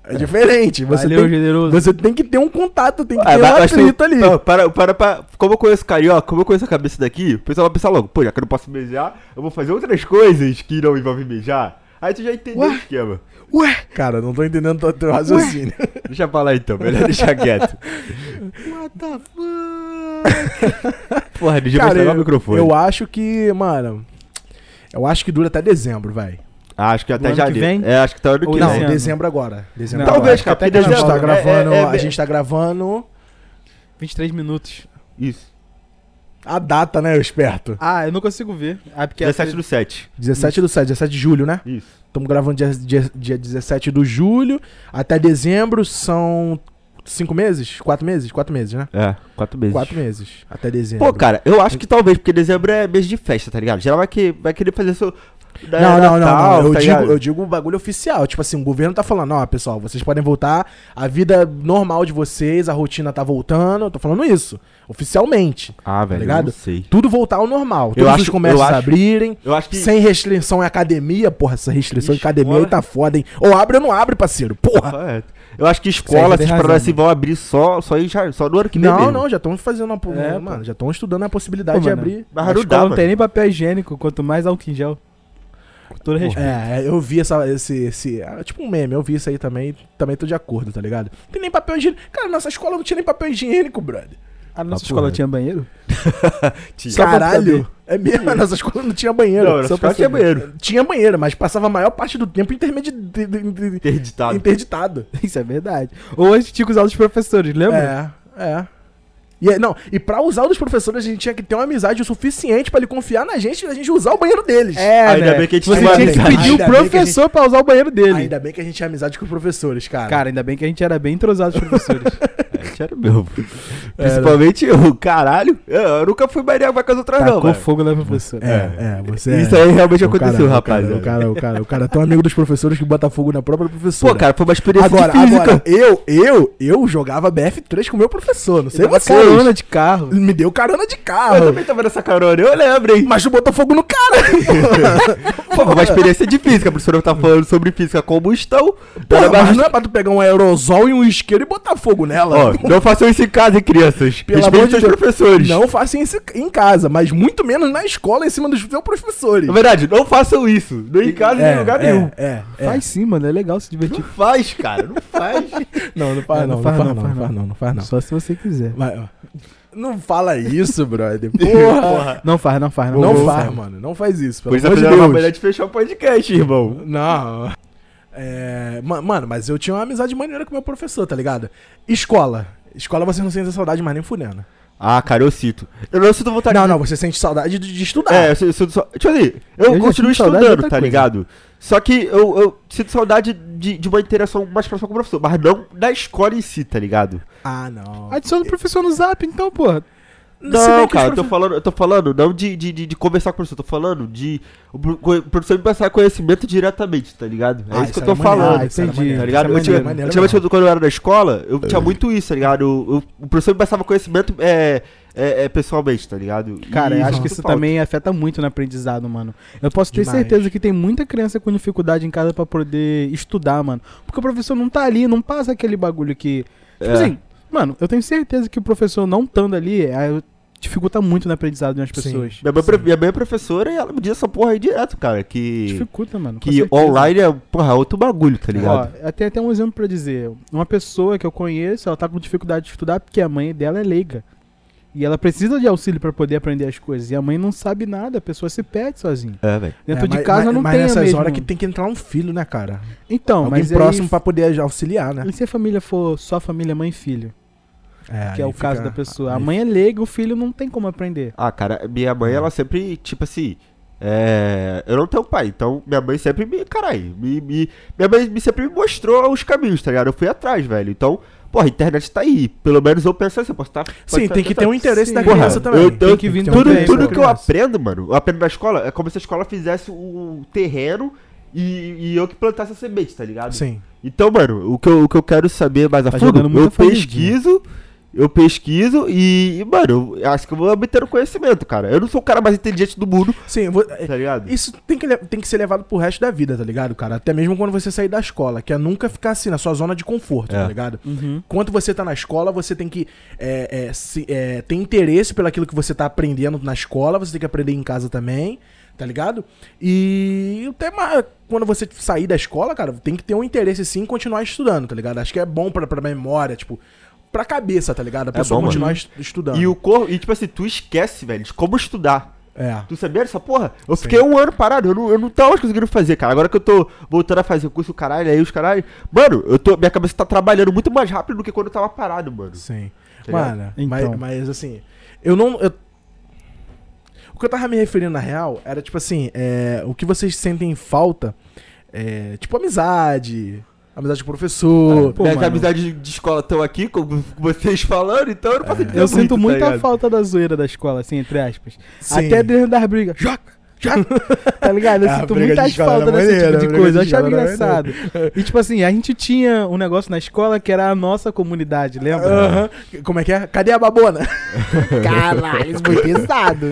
Speaker 1: É diferente. Você,
Speaker 3: Valeu,
Speaker 1: tem,
Speaker 3: generoso.
Speaker 1: você tem que ter um contato, tem que
Speaker 2: Ah,
Speaker 1: ter
Speaker 2: vai-
Speaker 1: um
Speaker 2: vai ser-
Speaker 1: atrito ali.
Speaker 2: Não, para, para, para. Como eu conheço carioca, como eu conheço a cabeça daqui, o pessoal vai pensar logo, pô, já que eu não posso beijar, eu vou fazer outras coisas que não envolvem beijar. Aí tu já entendeu o
Speaker 3: Ué?
Speaker 2: esquema.
Speaker 3: Ué,
Speaker 1: Cara, não tô entendendo teu- teu raciocínio.
Speaker 2: Deixa pra lá então, melhor deixar quieto.
Speaker 3: what the fuck?
Speaker 2: Porra, deixa
Speaker 1: Cara,
Speaker 2: eu
Speaker 1: eu,
Speaker 2: mostrar o microfone.
Speaker 1: eu acho que, mano... Eu acho que dura até dezembro, vai.
Speaker 2: Ah, acho que até
Speaker 3: ano que
Speaker 2: janeiro.
Speaker 3: vem?
Speaker 2: É, acho que tá ano que
Speaker 3: Ou
Speaker 2: vem.
Speaker 1: Não,
Speaker 3: dezembro.
Speaker 1: dezembro agora. Dezembro
Speaker 3: Não,
Speaker 1: agora.
Speaker 2: Talvez,
Speaker 3: acho que
Speaker 2: cara, porque
Speaker 3: até
Speaker 1: A gente
Speaker 2: dezembro.
Speaker 1: tá
Speaker 3: é-
Speaker 1: gravando,
Speaker 2: é- é-
Speaker 1: a gente tá gravando
Speaker 3: 23 minutos.
Speaker 2: Isso.
Speaker 1: a data, né, eu esperto?
Speaker 3: Ah, eu não consigo ver. Ah, porque
Speaker 2: 17
Speaker 3: a-
Speaker 2: do 7.
Speaker 1: 17 do 7, 17 de julho, né?
Speaker 2: Isso.
Speaker 1: Estamos gravando dia, dia, dia 17 do julho. Até dezembro são 5 meses? 4 meses? 4 meses, né?
Speaker 2: É, 4 meses.
Speaker 1: 4 meses. Até dezembro.
Speaker 2: Pô, cara, eu acho que talvez, porque dezembro é mês de festa, tá ligado? Geral vai, que, vai querer fazer seu. da-
Speaker 1: Não, não, não,
Speaker 2: Natal,
Speaker 1: não. Eu,
Speaker 2: tá
Speaker 1: digo,
Speaker 2: ligado?
Speaker 1: eu digo um bagulho oficial. Tipo assim, o governo tá falando, ó, pessoal, vocês podem voltar, a vida normal de vocês, a rotina tá voltando. Eu tô falando isso. Oficialmente.
Speaker 2: Ah, velho,
Speaker 1: Tá ligado?
Speaker 2: eu não sei.
Speaker 1: Tudo voltar ao normal.
Speaker 2: Eu
Speaker 1: Todos os
Speaker 2: acho-
Speaker 1: comércios
Speaker 2: eu acho-
Speaker 1: abrirem.
Speaker 2: Eu acho que.
Speaker 1: Sem restrição em academia, porra, essa restrição em
Speaker 2: Ixi,
Speaker 1: academia aí
Speaker 2: porra.
Speaker 1: tá foda, hein? Ou abre ou não abre, parceiro, porra.
Speaker 2: Correto. Eu acho que
Speaker 3: Sérgio
Speaker 2: escola,
Speaker 3: tem
Speaker 2: essas
Speaker 3: razão,
Speaker 2: paradas assim,
Speaker 3: mano.
Speaker 2: vão abrir só, só, em ja- só no ano que vem.
Speaker 1: não,
Speaker 2: mesmo.
Speaker 1: não, já estão fazendo uma.
Speaker 3: É,
Speaker 1: mano,
Speaker 3: pô.
Speaker 1: já estão estudando a possibilidade
Speaker 3: Pô,
Speaker 1: de
Speaker 3: mano,
Speaker 1: abrir.
Speaker 2: Mas
Speaker 3: a
Speaker 2: não
Speaker 3: escola
Speaker 2: dá,
Speaker 3: não
Speaker 2: mano.
Speaker 3: tem nem papel higiênico, quanto mais álcool em gel. Com todo respeito.
Speaker 1: É, eu vi essa, esse, esse. ah, Tipo um meme, eu vi isso aí também. Também tô de acordo, tá ligado? Não Tem nem papel higiênico. Cara, nossa escola não tinha nem papel higiênico, brother.
Speaker 3: A nossa
Speaker 2: Ah,
Speaker 3: escola
Speaker 2: porra.
Speaker 3: tinha banheiro? [LAUGHS]
Speaker 2: Tinha.
Speaker 3: Só pra
Speaker 1: Caralho! É mesmo, a nossa escola não tinha banheiro.
Speaker 2: Não, nossa
Speaker 1: Só pra
Speaker 2: escola tinha
Speaker 1: saber.
Speaker 2: banheiro.
Speaker 1: Tinha banheiro, mas passava a maior parte do tempo intermedi- de- de- de-
Speaker 2: Interditado.
Speaker 1: interditado.
Speaker 3: Isso é verdade. Ou a gente tinha que usar os professores, lembra?
Speaker 1: É, é. E, é- não, e pra usar o dos professores, a gente tinha que ter uma amizade o suficiente pra ele confiar na gente e a gente usar o banheiro deles.
Speaker 3: É,
Speaker 2: Ainda bem que a gente
Speaker 3: Você
Speaker 2: tinha
Speaker 3: tinha que
Speaker 2: amizade.
Speaker 3: pedir o
Speaker 1: Ainda bem que a
Speaker 3: professor pra usar o banheiro dele.
Speaker 1: Ainda bem que a gente tinha amizade com os professores, cara.
Speaker 3: Cara, ainda bem que a gente era bem entrosado os professores.
Speaker 2: É, tinha era meu. Principalmente eu, caralho. Eu, eu nunca fui Maria vai com as
Speaker 1: Tá
Speaker 2: outras,
Speaker 3: Tacou
Speaker 2: [LAUGHS] não. mano.
Speaker 3: fogo na professora.
Speaker 1: é, é, você
Speaker 2: Isso
Speaker 1: é...
Speaker 2: aí realmente
Speaker 1: O cara-
Speaker 2: aconteceu,
Speaker 1: o
Speaker 2: rapaz.
Speaker 1: Cara, o, cara, o, cara, o cara é tão amigo dos professores que bota fogo na própria professora.
Speaker 2: Pô, cara, foi uma
Speaker 3: é
Speaker 2: experiência
Speaker 1: agora,
Speaker 2: de física.
Speaker 1: agora, eu, eu, eu jogava BF3 com o meu professor,
Speaker 2: é
Speaker 1: não sei
Speaker 3: Dava
Speaker 1: vocês.
Speaker 3: carona de carro.
Speaker 1: Me deu carona de
Speaker 2: Eu
Speaker 1: carro.
Speaker 2: também tava nessa carona, eu lembro, hein?
Speaker 1: Mas tu botou fogo no cara.
Speaker 2: Pô, foi uma experiência de física. A professora tá falando sobre física combustão.
Speaker 1: Porra,
Speaker 2: Ela vai-
Speaker 1: mas não é pra tu pegar um aerosol e um isqueiro e botar fogo nela.
Speaker 2: Ó, não façam isso em casa, hein, crianças.
Speaker 1: Pelo amor de
Speaker 2: Respeitem os
Speaker 1: Deus.
Speaker 2: professores.
Speaker 1: Não façam isso em casa, mas muito menos na escola em cima dos seus professores.
Speaker 2: Na verdade, não façam isso. Nem em casa, nem em lugar
Speaker 1: é,
Speaker 2: nenhum.
Speaker 1: É, é.
Speaker 3: Faz sim, mano. É legal se divertir.
Speaker 2: Não faz, cara. Não faz.
Speaker 1: Não, não faz
Speaker 3: É,
Speaker 1: não, não faz não, não faz não, não faz não.
Speaker 3: Só se você quiser.
Speaker 1: Vai, ó. Não fala isso,
Speaker 2: [LAUGHS]
Speaker 1: brother. Porra.
Speaker 3: Não faz, não faz.
Speaker 1: não
Speaker 3: Não
Speaker 1: faz, mano. Não faz isso, pelo
Speaker 2: Pois tá
Speaker 1: amor de
Speaker 2: fazendo uma
Speaker 1: Deus.
Speaker 2: maneira de fechar o podcast, irmão.
Speaker 1: Não. É, ma- mano, mas eu tinha uma amizade maneira com meu professor, tá ligado? Escola. Escola você não sente saudade mais nem fudendo.
Speaker 2: Ah, cara, eu sinto. Eu não sinto vontade
Speaker 1: Não, não, você sente saudade de, de estudar.
Speaker 2: Tá É, eu sinto- eu sinto só. Tipo assim, eu,
Speaker 3: Eu já
Speaker 2: continuo
Speaker 3: sinto saudade de
Speaker 2: estudando, tá
Speaker 3: outra coisa.
Speaker 2: ligado? Só que eu, eu sinto saudade de, de uma interação mais próxima com o professor, mas não da escola em si, tá ligado?
Speaker 1: Ah, não.
Speaker 3: Adiciona o professor no zap, então, porra.
Speaker 1: Se bem
Speaker 2: Não,
Speaker 1: que os
Speaker 2: cara, eu tô
Speaker 1: profe-
Speaker 2: falando, eu tô falando não de, de, de, de conversar com o professor, eu tô falando de o pro- co- professor me passar conhecimento diretamente, tá ligado? É
Speaker 1: Ah,
Speaker 2: isso que eu
Speaker 1: era
Speaker 2: tô
Speaker 1: maneiro,
Speaker 2: falando.
Speaker 3: Ah,
Speaker 1: isso era
Speaker 3: entendi.
Speaker 1: maneiro,
Speaker 2: Tá ligado?
Speaker 1: isso
Speaker 2: Eu
Speaker 1: era
Speaker 2: tinha,
Speaker 1: maneiro, maneiro
Speaker 2: antigamente,
Speaker 1: mesmo.
Speaker 2: quando- quando eu era na escola, eu
Speaker 3: É.
Speaker 2: tinha muito isso, tá ligado? Eu- eu- o professor me passava conhecimento é, é, é, pessoalmente, tá ligado? E
Speaker 3: Cara, eu acho que
Speaker 2: muito
Speaker 3: isso
Speaker 2: falta.
Speaker 3: também afeta muito no aprendizado, mano. Eu posso ter
Speaker 1: Demais.
Speaker 3: certeza que tem muita criança com dificuldade em casa pra poder estudar, mano. Porque o professor não tá ali, não passa aquele bagulho que. Tipo
Speaker 2: É.
Speaker 3: assim, mano, eu tenho certeza que o professor não estando ali é, dificulta muito no aprendizado de umas
Speaker 1: Sim.
Speaker 3: pessoas.
Speaker 2: Minha mãe, é prof- minha mãe é professora e ela me diz essa porra aí direto, cara. Que,
Speaker 3: Dificulta, mano. com
Speaker 2: que
Speaker 3: certeza.
Speaker 2: online é, porra, outro bagulho, tá ligado?
Speaker 3: Ó, tem até um exemplo pra dizer. Uma pessoa que eu conheço, ela tá com dificuldade de estudar porque a mãe dela é leiga. E ela precisa de auxílio pra poder aprender as coisas. E a mãe não sabe nada, a pessoa se perde sozinha.
Speaker 2: É, velho.
Speaker 3: Dentro
Speaker 1: É,
Speaker 3: de
Speaker 1: mas-
Speaker 3: casa
Speaker 1: mas-
Speaker 3: não
Speaker 1: mas
Speaker 3: tem a
Speaker 1: nessas
Speaker 3: mesma-
Speaker 1: horas que tem que entrar um filho, né, cara?
Speaker 3: Então,
Speaker 1: Alguém
Speaker 3: mas
Speaker 1: próximo
Speaker 3: aí,
Speaker 1: pra poder auxiliar, né?
Speaker 3: E se a família for só família mãe e filho? que
Speaker 1: aí
Speaker 3: é o caso
Speaker 1: fica-
Speaker 3: da pessoa. A
Speaker 1: aí-
Speaker 3: mãe é leiga, o filho não tem como aprender.
Speaker 2: Ah, cara, minha mãe, ela sempre, tipo assim. É, eu não tenho pai, então minha mãe sempre me. Caralho, me, me- minha mãe me sempre me mostrou os caminhos, tá ligado? Eu fui atrás, velho. Então, porra, a internet tá aí. Pelo menos eu penso assim, eu posso estar.
Speaker 1: Sim, tem que ter um interesse
Speaker 3: Sim.
Speaker 1: da
Speaker 2: Porra,
Speaker 1: criança também.
Speaker 2: eu- eu-
Speaker 1: Tem que um vir
Speaker 3: tudo-
Speaker 1: também,
Speaker 2: Tudo,
Speaker 3: interesse
Speaker 2: tudo
Speaker 3: da
Speaker 1: pô.
Speaker 2: que eu aprendo, mano, eu aprendo na escola, é como se a escola fizesse o terreno e, e eu que plantasse a semente, tá ligado?
Speaker 1: Sim.
Speaker 2: Então, mano, o que eu, o que eu quero saber mais a
Speaker 3: Tá
Speaker 2: fundo,
Speaker 3: jogando muita
Speaker 2: eu
Speaker 3: família.
Speaker 2: pesquiso, eu pesquiso e, e, mano, eu acho que eu vou obtendo conhecimento, cara. Eu não sou o cara mais inteligente do mundo,
Speaker 1: Sim, é, vo-
Speaker 2: tá ligado?
Speaker 1: isso tem que, le- tem que ser levado pro resto da vida, tá ligado, cara? Até mesmo quando você sair da escola, que é nunca ficar assim, na sua zona de conforto,
Speaker 2: É.
Speaker 1: tá ligado? Enquanto você tá na escola, você tem que é, é, se- é, ter interesse pelo aquilo que você tá aprendendo na escola, você tem que aprender em casa também, tá ligado? E até ma- quando você sair da escola, cara, tem que ter um interesse sim em continuar estudando, tá ligado? Acho que é bom pra, pra memória, tipo, pra cabeça, tá ligado? A pessoa
Speaker 2: É bom,
Speaker 1: continuar
Speaker 2: mano.
Speaker 1: est- estudando.
Speaker 2: E o corpo, e tipo assim, tu esquece, velho, de como estudar.
Speaker 1: É.
Speaker 2: Tu sabia dessa porra? Eu fiquei um ano parado, eu não, eu não tava mais conseguindo fazer, cara. Agora que eu tô voltando a fazer curso, caralho, aí os caralho. Mano, eu tô, minha cabeça tá trabalhando muito mais rápido do que quando eu tava parado, mano.
Speaker 1: Sim.
Speaker 2: Tá
Speaker 1: Mano,
Speaker 3: ligado?
Speaker 1: mas,
Speaker 3: Então.
Speaker 1: mas assim, eu não. eu- O que eu tava me referindo na real era tipo assim: é, o que vocês sentem falta, é, tipo amizade, amizade com o professor.
Speaker 3: É, pô,
Speaker 2: Minhas
Speaker 3: mano.
Speaker 2: amizades de escola estão aqui, como vocês falando, então eu não posso entender
Speaker 3: É. Eu
Speaker 2: muito, tá
Speaker 3: sinto muita
Speaker 2: ligado?
Speaker 3: falta da zoeira da escola, assim, entre aspas.
Speaker 1: Sim.
Speaker 3: Até dentro das brigas. Joga! Joga! tá ligado? Eu
Speaker 1: É, a
Speaker 3: sinto
Speaker 1: briga de
Speaker 3: muitas
Speaker 1: escola
Speaker 3: faltas
Speaker 1: era
Speaker 3: desse
Speaker 1: maneira, a
Speaker 3: tipo de
Speaker 1: briga
Speaker 3: coisa. Eu
Speaker 1: de escola
Speaker 3: achava
Speaker 1: era
Speaker 3: engraçado. E tipo assim, a gente tinha um negócio na escola que era a nossa comunidade, lembra?
Speaker 1: Aham. Como é que é? Cadê a
Speaker 3: [LAUGHS]
Speaker 1: babona?
Speaker 3: Caralho, isso foi pesado.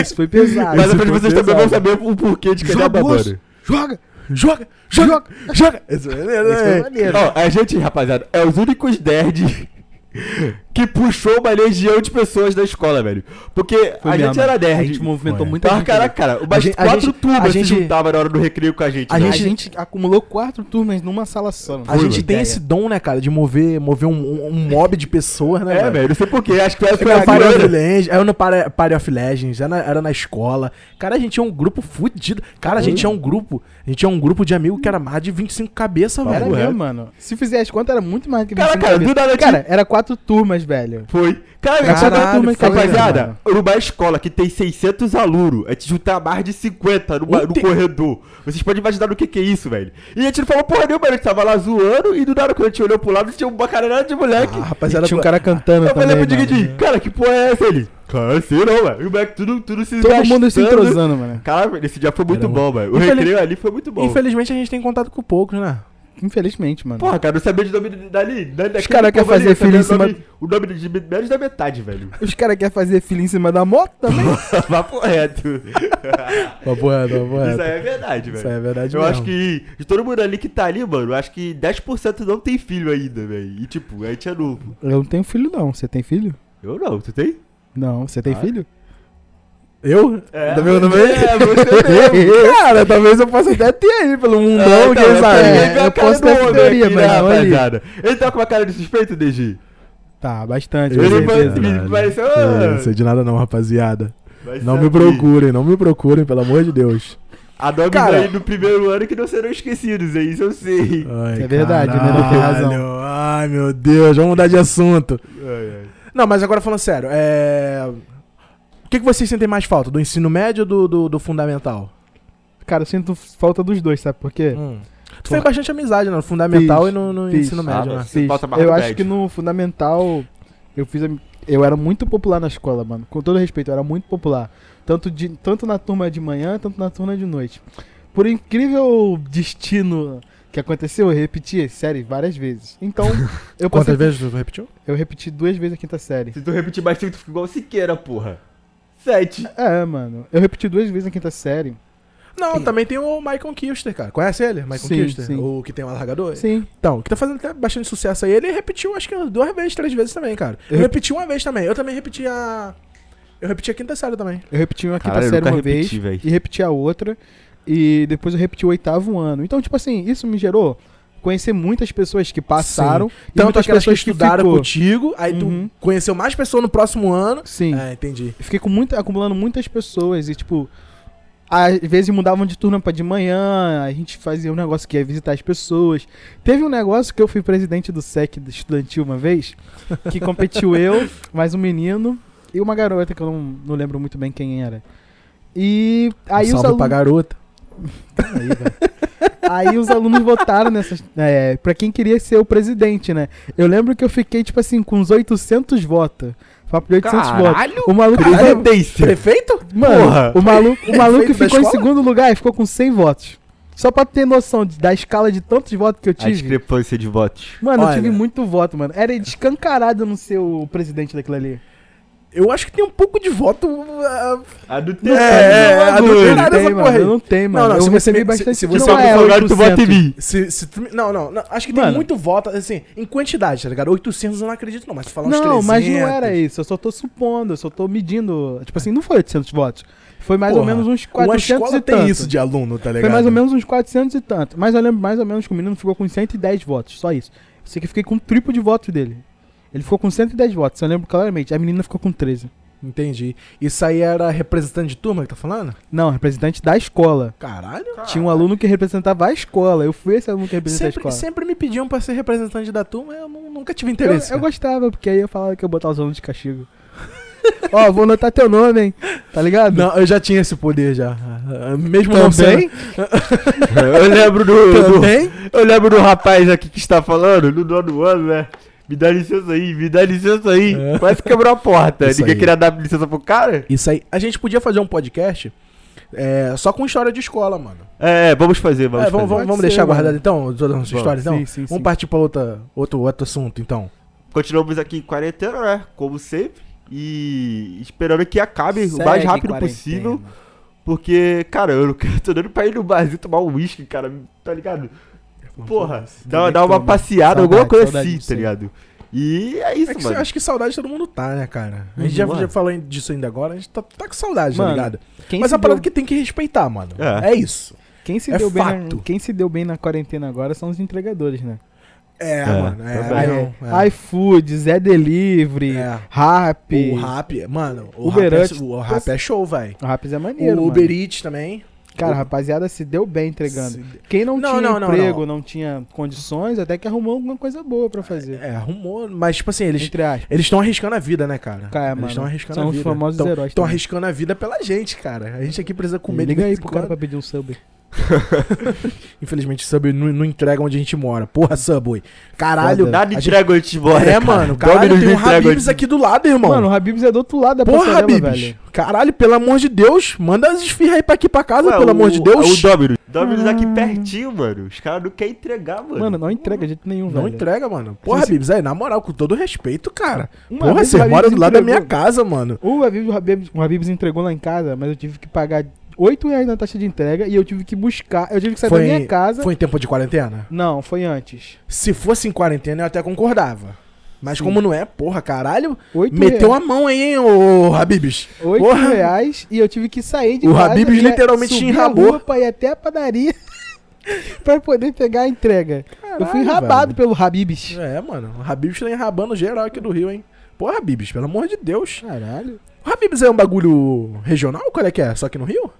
Speaker 3: Isso foi
Speaker 1: Ah,
Speaker 3: pesado.
Speaker 2: Mas
Speaker 3: Isso
Speaker 2: depois
Speaker 3: foi
Speaker 2: vocês também vão
Speaker 3: pesado.
Speaker 2: saber o porquê de cada
Speaker 1: Joga,
Speaker 2: babana.
Speaker 1: moço. Joga! Joga! Joga! Joga! Isso é maneiro,
Speaker 3: Isso foi
Speaker 1: né?
Speaker 3: maneiro.
Speaker 2: Ó, a gente, rapaziada, é os únicos nerd [LAUGHS] que puxou uma legião de pessoas da escola, velho. Porque
Speaker 3: Foi
Speaker 2: a
Speaker 3: mesmo.
Speaker 2: gente era nerd.
Speaker 3: A gente movimentou
Speaker 1: Foi.
Speaker 3: muita
Speaker 2: Mas,
Speaker 3: gente. né?
Speaker 2: cara, cara,
Speaker 1: A
Speaker 2: umas
Speaker 1: gente- a
Speaker 2: quatro
Speaker 1: gente-
Speaker 2: turmas
Speaker 1: a
Speaker 2: se
Speaker 1: gente-
Speaker 2: juntavam na hora do recreio com a gente.
Speaker 1: A
Speaker 2: né?
Speaker 3: A
Speaker 1: gente-
Speaker 3: gente acumulou quatro turmas numa sala só. não
Speaker 1: A
Speaker 3: foi,
Speaker 1: gente
Speaker 3: mano?
Speaker 1: tem
Speaker 3: Ideia.
Speaker 1: esse dom, né, cara, de mover, mover um, um, um mob de pessoas, né?
Speaker 2: É, velho, não sei porquê. Acho que foi
Speaker 1: Era
Speaker 2: a
Speaker 1: no Party of
Speaker 2: primeira.
Speaker 1: Legends, era no Party Party of Legends, era na, era na escola. Cara, a gente é um grupo fudido. Cara, a gente é um grupo. A gente é um grupo de amigo que era mais de 25 cabeças,
Speaker 3: Era
Speaker 1: velho.
Speaker 2: Ué.
Speaker 3: mesmo, mano. Se fizer as contas, era muito mais do que
Speaker 2: Cara,
Speaker 3: 25
Speaker 2: cara,
Speaker 3: cabeças.
Speaker 2: do nada
Speaker 3: Cara, era quatro turmas, velho.
Speaker 2: Foi. Cara,
Speaker 3: Era quatro
Speaker 1: Caralho,
Speaker 3: turmas que
Speaker 1: foi,
Speaker 2: Rapaziada, numa escola que tem 600 alunos, a gente juntar mais de 50 numa- no,
Speaker 1: Ontem-
Speaker 2: corredor. Vocês podem imaginar o que, que é isso, velho. E a gente não falou porra nenhuma, a gente tava lá zoando e do nada quando a gente olhou pro lado tinha uma caralhada de moleque.
Speaker 1: Ah,
Speaker 3: Mas
Speaker 1: rapaziada,
Speaker 3: tinha um cara cantando
Speaker 2: eu falei
Speaker 3: também,
Speaker 2: pro
Speaker 3: mano. né?
Speaker 2: Digidinho, cara, que porra é essa? Ele, cara, sei não, velho. E o moleque tudo, tudo se
Speaker 3: Todo mundo se
Speaker 2: gastando.
Speaker 3: entrosando, um mano.
Speaker 2: Cara, esse dia foi muito
Speaker 1: Era
Speaker 2: bom, velho. O
Speaker 1: Infeliz-
Speaker 2: recreio ali foi muito bom.
Speaker 1: Infelizmente a gente tem contato com poucos, né?
Speaker 3: Infelizmente, mano.
Speaker 2: Porra, cara, eu sabia de nome dali. né, dali
Speaker 3: Os cara quer fazer filho em
Speaker 2: O nome, o nome de de- menos da metade, velho.
Speaker 3: Os caras querem fazer filho em cima da moto também.
Speaker 2: [LAUGHS] Papo reto.
Speaker 1: Papo reto, papo
Speaker 2: Isso aí
Speaker 1: reto.
Speaker 2: é verdade, velho.
Speaker 1: Isso aí é verdade
Speaker 2: Eu
Speaker 1: mesmo.
Speaker 2: acho que de todo mundo ali que tá ali, mano, eu acho que 10% não tem filho ainda, velho. E tipo, a gente é novo.
Speaker 3: [LAUGHS] Eu não tenho filho, não. Você tem filho?
Speaker 2: Eu não, tu tem?
Speaker 3: Não. Você tem
Speaker 2: Ah.
Speaker 3: filho?
Speaker 1: Eu?
Speaker 2: É.
Speaker 1: Tá vendo também?
Speaker 2: É, você
Speaker 1: [LAUGHS]
Speaker 2: mesmo.
Speaker 1: Cara, talvez eu possa até ter aí pelo
Speaker 3: Um
Speaker 1: mundão,
Speaker 2: Ah, tá,
Speaker 1: quem
Speaker 2: eu
Speaker 1: sabe?
Speaker 2: tenho.
Speaker 3: é,
Speaker 2: Ele tem a
Speaker 3: eu
Speaker 2: cara
Speaker 3: posso
Speaker 2: do
Speaker 3: ter
Speaker 2: homem
Speaker 3: teoria,
Speaker 2: aqui,
Speaker 3: mas
Speaker 2: né,
Speaker 3: não é ali.
Speaker 2: rapaziada? Ele tá com uma cara de suspeito, DG?
Speaker 3: Tá, bastante.
Speaker 2: Ele
Speaker 3: com
Speaker 2: vai-
Speaker 3: certeza.
Speaker 2: ele-
Speaker 1: Caralho.
Speaker 2: mas, ah,
Speaker 1: Eu Não sei de nada não, rapaziada.
Speaker 2: Vai assim.
Speaker 1: Não me
Speaker 2: saber.
Speaker 1: procurem, não me procurem, pelo amor de Deus.
Speaker 2: Há nomes
Speaker 3: Cara-
Speaker 2: aí do primeiro ano que não serão esquecidos, é isso eu sei.
Speaker 1: Ai,
Speaker 3: É verdade, né? Não tem razão.
Speaker 1: caralho. Ai, meu Deus, vamos mudar de assunto.
Speaker 2: Ai, ai.
Speaker 1: Não, mas agora falando sério, é. O que, que vocês sentem mais falta? Do ensino médio ou do, do, do fundamental?
Speaker 3: Cara, eu sinto falta dos dois, sabe por quê?
Speaker 1: Tu fez bastante amizade, né? No fundamental
Speaker 3: É. Fiz,
Speaker 1: e no, no
Speaker 3: fiz.
Speaker 1: Hum, ensino
Speaker 2: Ah,
Speaker 1: médio,
Speaker 2: mas
Speaker 1: né?
Speaker 2: Você falta mais
Speaker 3: eu
Speaker 2: no
Speaker 3: acho
Speaker 2: médio.
Speaker 3: que no fundamental Eu fiz a- eu era muito popular na escola, mano. Com todo respeito, eu era muito popular. Tanto, de, tanto na turma de manhã, tanto na turma de noite. Por incrível destino que aconteceu, eu repeti série várias vezes. Então, eu passei,
Speaker 1: [LAUGHS] Quantas vezes tu repetiu?
Speaker 3: eu repeti duas vezes a quinta série.
Speaker 2: Se tu repetir mais tempo, tu fica igual o Siqueira, porra. Sete.
Speaker 3: É, mano. Eu repeti duas vezes a quinta série.
Speaker 1: Não,
Speaker 3: Sim.
Speaker 1: também tem o Michael Kister, cara. Conhece ele? Michael
Speaker 3: Sim,
Speaker 1: Kister?
Speaker 3: sim.
Speaker 1: O que tem o alargador?
Speaker 3: Sim.
Speaker 1: Então, que tá fazendo até bastante sucesso aí, ele repetiu acho que umas duas vezes, três vezes também, cara. Eu
Speaker 3: Eu-
Speaker 1: repeti uma vez também. Eu também repeti a. Eu repeti a quinta série também.
Speaker 3: Eu repeti a quinta
Speaker 2: Caralho, eu
Speaker 3: série
Speaker 2: nunca
Speaker 3: uma vez
Speaker 2: repeti, véi.
Speaker 3: e repeti a outra. E depois eu repeti o oitavo ano. Então, tipo assim, isso me gerou conhecer muitas pessoas que passaram. e
Speaker 1: Tanto
Speaker 3: muitas
Speaker 1: aquelas que estudaram
Speaker 3: ficou.
Speaker 1: contigo, aí
Speaker 3: Uhum.
Speaker 1: tu conheceu mais pessoas no próximo ano.
Speaker 3: Sim.
Speaker 1: É, entendi.
Speaker 3: Eu fiquei com muita, acumulando muitas pessoas e, tipo, às vezes mudavam de turno pra de manhã, a gente fazia um negócio que ia visitar as pessoas. Teve um negócio que eu fui presidente do SEC do estudantil uma vez, que competiu eu, [LAUGHS] mais um menino e uma garota que eu não, não lembro muito bem quem era. E aí os
Speaker 1: Um Salve
Speaker 3: alunos...
Speaker 1: pra garota.
Speaker 3: Aí, velho. [LAUGHS] Aí os alunos votaram nessas. É, pra quem queria ser o presidente, né? Eu lembro que eu fiquei, tipo assim, com uns 800 votos. Papo de 800
Speaker 2: Caralho!
Speaker 3: votos. O maluco.
Speaker 2: Presidência.
Speaker 1: Prefeito?
Speaker 3: Mano,
Speaker 2: porra!
Speaker 3: o maluco, o maluco
Speaker 1: Prefeito da
Speaker 3: ficou em
Speaker 1: escola?
Speaker 3: segundo lugar e ficou com 100 votos. Só pra ter noção de- da escala de tantos votos que eu
Speaker 2: A
Speaker 3: tive.
Speaker 2: discrepância de votos.
Speaker 3: Mano,
Speaker 1: Olha.
Speaker 3: eu tive muito voto, mano. Era descancarado não ser o presidente daquilo ali.
Speaker 1: Eu acho que tem um pouco de voto. ah,
Speaker 2: Adultério.
Speaker 1: É, é, adulterário.
Speaker 3: não
Speaker 1: Cara, essa
Speaker 3: tem,
Speaker 1: porra aí.
Speaker 3: mano. Não tem, mano.
Speaker 1: não,
Speaker 3: eu
Speaker 1: se você
Speaker 3: recebi
Speaker 1: me-
Speaker 3: bastante.
Speaker 1: se- se
Speaker 3: que
Speaker 1: você
Speaker 3: não
Speaker 1: é
Speaker 3: é
Speaker 2: advogado, tu vota em
Speaker 3: 8%.
Speaker 2: mim.
Speaker 1: se- se tu me- não, não, não, Acho que tem
Speaker 3: Mano.
Speaker 1: muito voto, assim, em quantidade, tá ligado? 800 eu não acredito, não, mas se falar uns 300.
Speaker 3: Não, mas não
Speaker 1: é,
Speaker 3: era isso. Eu só tô supondo, eu só tô medindo. Tipo assim, não foi 800 votos. Foi mais ou
Speaker 1: Porra,
Speaker 3: menos uns
Speaker 1: Uma
Speaker 3: 400
Speaker 1: escola
Speaker 3: e
Speaker 1: tem
Speaker 3: tanto.
Speaker 1: isso de aluno, tá ligado?
Speaker 3: foi mais ou menos uns 400 e tanto. Mas eu lembro mais ou menos que o menino ficou com 110 votos, só isso. Eu sei que eu fiquei com o triplo de votos dele. Ele ficou com 110 votos, eu lembro claramente. A menina ficou com 13.
Speaker 1: Entendi. Isso aí era representante de turma que tá falando?
Speaker 3: Não, representante da escola.
Speaker 1: Caralho.
Speaker 3: Tinha um aluno que representava a escola. Eu fui esse aluno que representava
Speaker 1: Sempre,
Speaker 3: a escola.
Speaker 1: sempre me pediam pra ser representante da turma, eu nu- nunca tive
Speaker 3: Eu,
Speaker 1: interesse. né?
Speaker 3: eu gostava, porque aí eu falava que eu botava os alunos de castigo. [LAUGHS] Ó, vou anotar teu nome, hein? Tá ligado?
Speaker 1: Não, eu já tinha esse poder já. Ah, Mesmo não sendo-
Speaker 3: Também?
Speaker 2: Eu lembro do, do-
Speaker 1: Também?
Speaker 2: Eu lembro do rapaz aqui que está falando, no nono ano, né? Me dá licença aí, me dá licença aí.
Speaker 1: É.
Speaker 2: Quase quebrou a porta.
Speaker 1: Isso
Speaker 2: Ninguém
Speaker 1: aí.
Speaker 2: queria dar licença pro cara?
Speaker 1: Isso aí. A gente podia fazer um podcast é, só com história de escola, mano.
Speaker 2: É, vamos fazer, vamos
Speaker 1: É, vamos,
Speaker 2: fazer.
Speaker 1: vamos- vamos
Speaker 3: Pode
Speaker 1: deixar
Speaker 3: ser,
Speaker 1: guardado
Speaker 3: mano.
Speaker 1: então, toda a nossa história, então?
Speaker 3: Sim, sim,
Speaker 1: vamos
Speaker 3: sim.
Speaker 1: partir pra outra, outro, outro assunto, então.
Speaker 2: Continuamos aqui em quarentena, né? Como sempre. E esperando que acabe o mais
Speaker 3: Segue
Speaker 2: rápido
Speaker 3: quarentena.
Speaker 2: possível. Porque, cara, eu não quero- tô dando pra ir no barzinho tomar um uísque, cara. Tá ligado?
Speaker 1: É
Speaker 2: Porra, dá, dá uma passeada,
Speaker 3: Saudade,
Speaker 2: alguma coisa
Speaker 3: saudade
Speaker 2: assim,
Speaker 3: disso
Speaker 2: tá
Speaker 3: aí.
Speaker 2: ligado? E é isso,
Speaker 1: É que eu
Speaker 2: mano.
Speaker 1: acho que saudade todo mundo tá, né, cara? A gente
Speaker 2: Uhum,
Speaker 1: já,
Speaker 2: mano.
Speaker 1: já falou disso ainda agora, a gente tá, tá com saudade,
Speaker 3: Mano,
Speaker 1: tá ligado?
Speaker 3: Quem
Speaker 1: Mas
Speaker 3: se
Speaker 1: a parada
Speaker 3: deu-
Speaker 1: que tem que respeitar, mano.
Speaker 2: É.
Speaker 1: É, isso.
Speaker 3: Quem se,
Speaker 1: É
Speaker 3: deu bem na,
Speaker 1: fato.
Speaker 3: quem se deu bem na quarentena agora são os entregadores, né?
Speaker 1: É,
Speaker 2: É,
Speaker 1: mano. É,
Speaker 2: também.
Speaker 1: aí não,
Speaker 3: É. iFood, Zé Delivery,
Speaker 1: É.
Speaker 3: Rap.
Speaker 1: O rap, mano, o
Speaker 3: Uber
Speaker 1: rap,
Speaker 3: Eats.
Speaker 1: é, o rap é show, velho.
Speaker 3: O Raps é maneiro,
Speaker 1: O
Speaker 3: mano.
Speaker 1: Uber Eats também.
Speaker 3: Cara, a rapaziada se deu bem entregando. Quem não,
Speaker 1: Não,
Speaker 3: tinha
Speaker 1: não, não,
Speaker 3: emprego, não. tinha condições, até que arrumou alguma coisa boa pra fazer.
Speaker 1: É, arrumou, mas tipo assim, eles
Speaker 3: Entre aspas.
Speaker 1: eles estão arriscando a vida, né, cara?
Speaker 3: Cara,
Speaker 1: eles
Speaker 3: mano,
Speaker 1: estão arriscando
Speaker 3: são
Speaker 1: a
Speaker 3: os
Speaker 1: vida.
Speaker 3: famosos
Speaker 1: Tão-
Speaker 3: heróis
Speaker 1: Tão
Speaker 3: também.
Speaker 1: arriscando a vida pela gente, cara. A gente aqui precisa comer é, de
Speaker 3: Liga
Speaker 1: vez
Speaker 3: aí
Speaker 1: em
Speaker 3: pro cara
Speaker 1: quando.
Speaker 3: pra pedir um sub.
Speaker 1: Infelizmente, Subway não, não entrega onde a gente mora. Porra, Subway. Caralho.
Speaker 3: Foda.
Speaker 1: a
Speaker 2: Nada de
Speaker 1: gente-
Speaker 2: entrega antes de
Speaker 1: [LAUGHS]
Speaker 2: embora.
Speaker 1: É,
Speaker 2: cara.
Speaker 1: mano.
Speaker 2: Domino's
Speaker 1: Caralho, tem
Speaker 2: não
Speaker 1: um
Speaker 2: entrega
Speaker 1: Habibs
Speaker 2: antes-
Speaker 1: aqui do lado, irmão.
Speaker 3: Mano, o Habibs é do outro lado da
Speaker 1: Porra,
Speaker 3: passarela,
Speaker 1: Habibs.
Speaker 3: velho.
Speaker 1: Caralho, pelo amor de Deus. Manda as esfirras aí pra aqui pra casa,
Speaker 2: Ué,
Speaker 1: pelo
Speaker 2: o-
Speaker 1: amor de Deus.
Speaker 2: O Domino's. Domino's aqui
Speaker 3: Ah.
Speaker 2: pertinho, mano. Os caras não querem entregar, mano.
Speaker 3: Mano, não entrega de jeito nenhum,
Speaker 1: Não
Speaker 3: velho.
Speaker 1: entrega, mano. Porra,
Speaker 3: Assim,
Speaker 1: Habibs, aí, na moral, com todo respeito, cara.
Speaker 3: Uma
Speaker 1: Porra,
Speaker 3: vez o
Speaker 1: você
Speaker 3: Um Habib's
Speaker 1: mora do lado da minha
Speaker 3: entregou-
Speaker 1: casa, mano.
Speaker 3: O Habibs, o, Habibs, o Habibs entregou lá em casa, mas eu tive que pagar 8 reais na taxa de entrega e eu tive que buscar. Eu tive que sair
Speaker 1: Foi-
Speaker 3: é da minha casa.
Speaker 1: Foi em tempo de quarentena?
Speaker 3: Não, foi antes.
Speaker 1: Se fosse em quarentena, eu até concordava. Mas
Speaker 3: Sim.
Speaker 1: como não é, porra, caralho,
Speaker 3: 8
Speaker 1: meteu a mão aí, hein, ô Habibs.
Speaker 3: Oito
Speaker 1: Porra.
Speaker 3: reais e eu tive que sair de
Speaker 1: O
Speaker 3: casa.
Speaker 1: Habib's
Speaker 3: e
Speaker 1: literalmente
Speaker 3: subir
Speaker 1: te enrabou.
Speaker 3: a rua pra ir até a padaria [LAUGHS] pra poder pegar a entrega. eu
Speaker 1: Caralho,
Speaker 3: fui enrabado
Speaker 1: velho.
Speaker 3: pelo Habib's.
Speaker 1: É, mano, o Habibs tá enrabando geral aqui do Rio, hein. Porra, Habibs, pelo amor de Deus.
Speaker 3: Caralho.
Speaker 1: O Habibs é um bagulho regional? Qual é que é? Só que no Rio?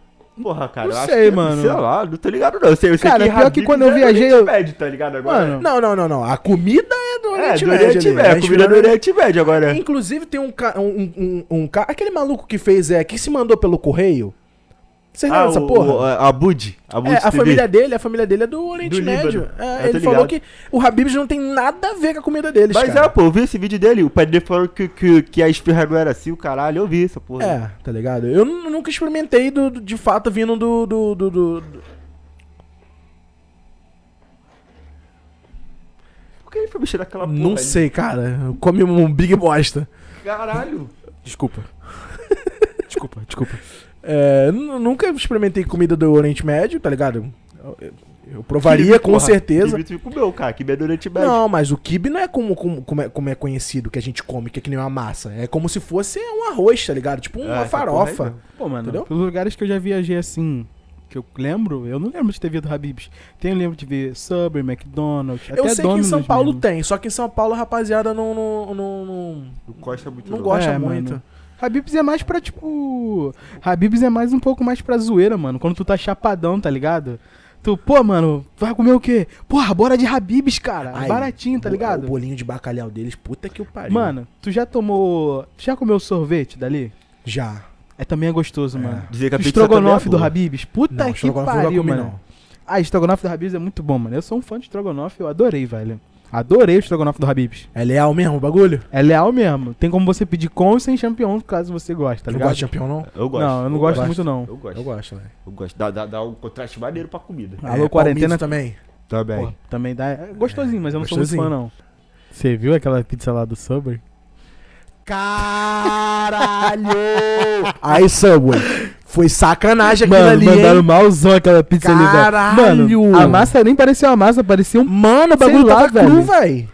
Speaker 2: Porra, cara.
Speaker 3: Não
Speaker 2: eu acho
Speaker 3: sei,
Speaker 2: que- é,
Speaker 3: mano.
Speaker 2: Sei lá, não tô ligado, não. Eu sei, eu sei
Speaker 3: Cara, pior que
Speaker 2: Habib's
Speaker 3: quando eu
Speaker 2: é
Speaker 3: viajei,
Speaker 2: do Oriente
Speaker 3: eu-
Speaker 2: Médio, tá ligado? Agora.
Speaker 3: Mano,
Speaker 1: Não, não, não, não. A comida é do
Speaker 2: é,
Speaker 1: Oriente
Speaker 2: do
Speaker 1: Médio.
Speaker 2: Oriente
Speaker 1: ali,
Speaker 2: Médio.
Speaker 1: né?
Speaker 2: A comida é do Oriente Médio agora.
Speaker 1: é, Inclusive tem um ca... um, um, um- um ca- Aquele maluco que fez é. Que se mandou pelo correio. Vocês lembram dessa porra?
Speaker 2: Ah, O, a Bud. A Bud
Speaker 1: É, a
Speaker 2: TV.
Speaker 1: família dele, a família dele é do Oriente
Speaker 2: Do
Speaker 1: Médio.
Speaker 2: Líbano.
Speaker 1: É,
Speaker 2: Eu
Speaker 1: ele
Speaker 2: tô
Speaker 1: falou
Speaker 2: ligado.
Speaker 1: que o Habib não tem nada a ver com a comida deles,
Speaker 2: Mas é,
Speaker 1: cara.
Speaker 2: pô, eu vi esse vídeo dele. O pai dele falou que, que, que a esfirra não era assim, o caralho. Eu vi essa porra.
Speaker 1: É, tá ligado? Eu nu- nunca experimentei do, do- de fato vindo do. do, do, do- do-
Speaker 2: Por que ele foi mexer naquela porra?
Speaker 1: Não
Speaker 2: ali?
Speaker 1: sei, cara. Eu Come um big bosta.
Speaker 2: Caralho.
Speaker 3: Desculpa.
Speaker 1: [LAUGHS]
Speaker 3: desculpa, desculpa.
Speaker 1: É, nu- nunca experimentei comida do Oriente Médio, tá ligado? Eu- eu- Eu provaria com certeza.
Speaker 2: O comeu, cara. Que é medo durante médio.
Speaker 1: Não, mas o kibe não é como, como, como é como é conhecido que a gente come, que é que nem uma massa. É como se fosse um arroz, tá ligado? Tipo
Speaker 2: É,
Speaker 1: uma
Speaker 2: essa porra aí
Speaker 1: farofa.
Speaker 2: mesmo.
Speaker 3: Pô, mano,
Speaker 1: Entendeu?
Speaker 3: pelos lugares que eu já viajei assim, que eu lembro, eu não lembro de ter visto Habib's. Tenho lembro de ver Subway, McDonald's,
Speaker 1: Eu
Speaker 3: até
Speaker 1: sei que em São
Speaker 3: Domino's
Speaker 1: Paulo
Speaker 3: mesmo.
Speaker 1: tem, só que em São Paulo a rapaziada não, não, não, não,
Speaker 2: O Costa é muito
Speaker 1: não
Speaker 2: louco.
Speaker 1: gosta
Speaker 3: É,
Speaker 1: muito.
Speaker 3: mano. Habib's é mais pra, tipo... Habib's é mais um pouco mais pra zoeira, mano. Quando tu tá chapadão, tá ligado? Tu, pô, mano, vai comer o quê? Porra, bora de Habib's, cara. É
Speaker 1: Ai,
Speaker 3: baratinho, tá
Speaker 1: o-
Speaker 3: ligado?
Speaker 1: O bolinho de bacalhau deles, puta que o pariu.
Speaker 3: Mano, tu já tomou... Tu já comeu sorvete dali?
Speaker 1: Já.
Speaker 3: É, também é gostoso, mano.
Speaker 2: Dizer que a
Speaker 3: O
Speaker 2: pizza
Speaker 3: estrogonofe
Speaker 2: também é
Speaker 3: do
Speaker 2: boa.
Speaker 3: Habib's. Puta
Speaker 1: Não,
Speaker 3: que
Speaker 1: estrogonofe eu nunca
Speaker 3: pariu,
Speaker 1: comi,
Speaker 3: mano.
Speaker 1: não.
Speaker 3: Ah, estrogonofe do Habib's é muito bom, mano. Eu sou um fã de estrogonofe, eu adorei, velho. Adorei o estrogonofe do Habib's.
Speaker 1: É leal mesmo o bagulho?
Speaker 3: É leal mesmo. Tem como você pedir com ou sem champignon, caso você goste, tá
Speaker 1: Tu não
Speaker 3: ligado?
Speaker 1: gosta de champion, não?
Speaker 2: Eu gosto.
Speaker 3: não, eu não gosto,
Speaker 1: gosto.
Speaker 3: muito, não.
Speaker 2: Eu gosto.
Speaker 1: Eu gosto, Ah, né?
Speaker 2: Eu gosto. Dá, dá, dá um contraste maneiro pra comida. Tá
Speaker 3: Alô, quarentena.
Speaker 1: palmito também.
Speaker 2: Também.
Speaker 3: Porra, também dá. É gostosinho, mas eu não
Speaker 1: gostosinho.
Speaker 3: sou muito fã, não. Você viu aquela pizza lá do Subway?
Speaker 1: Caralho! [LAUGHS] Aí, Subway. Foi sacanagem aquilo
Speaker 3: Mano,
Speaker 1: ali,
Speaker 3: mandaram
Speaker 1: hein?
Speaker 3: malzão aquela pizza ali, velho.
Speaker 1: Caralho!
Speaker 3: Mano, a massa nem parecia uma massa, parecia um...
Speaker 1: Mano, o bagulho
Speaker 3: Sei lá,
Speaker 1: tava cru,
Speaker 3: velho.
Speaker 1: velho.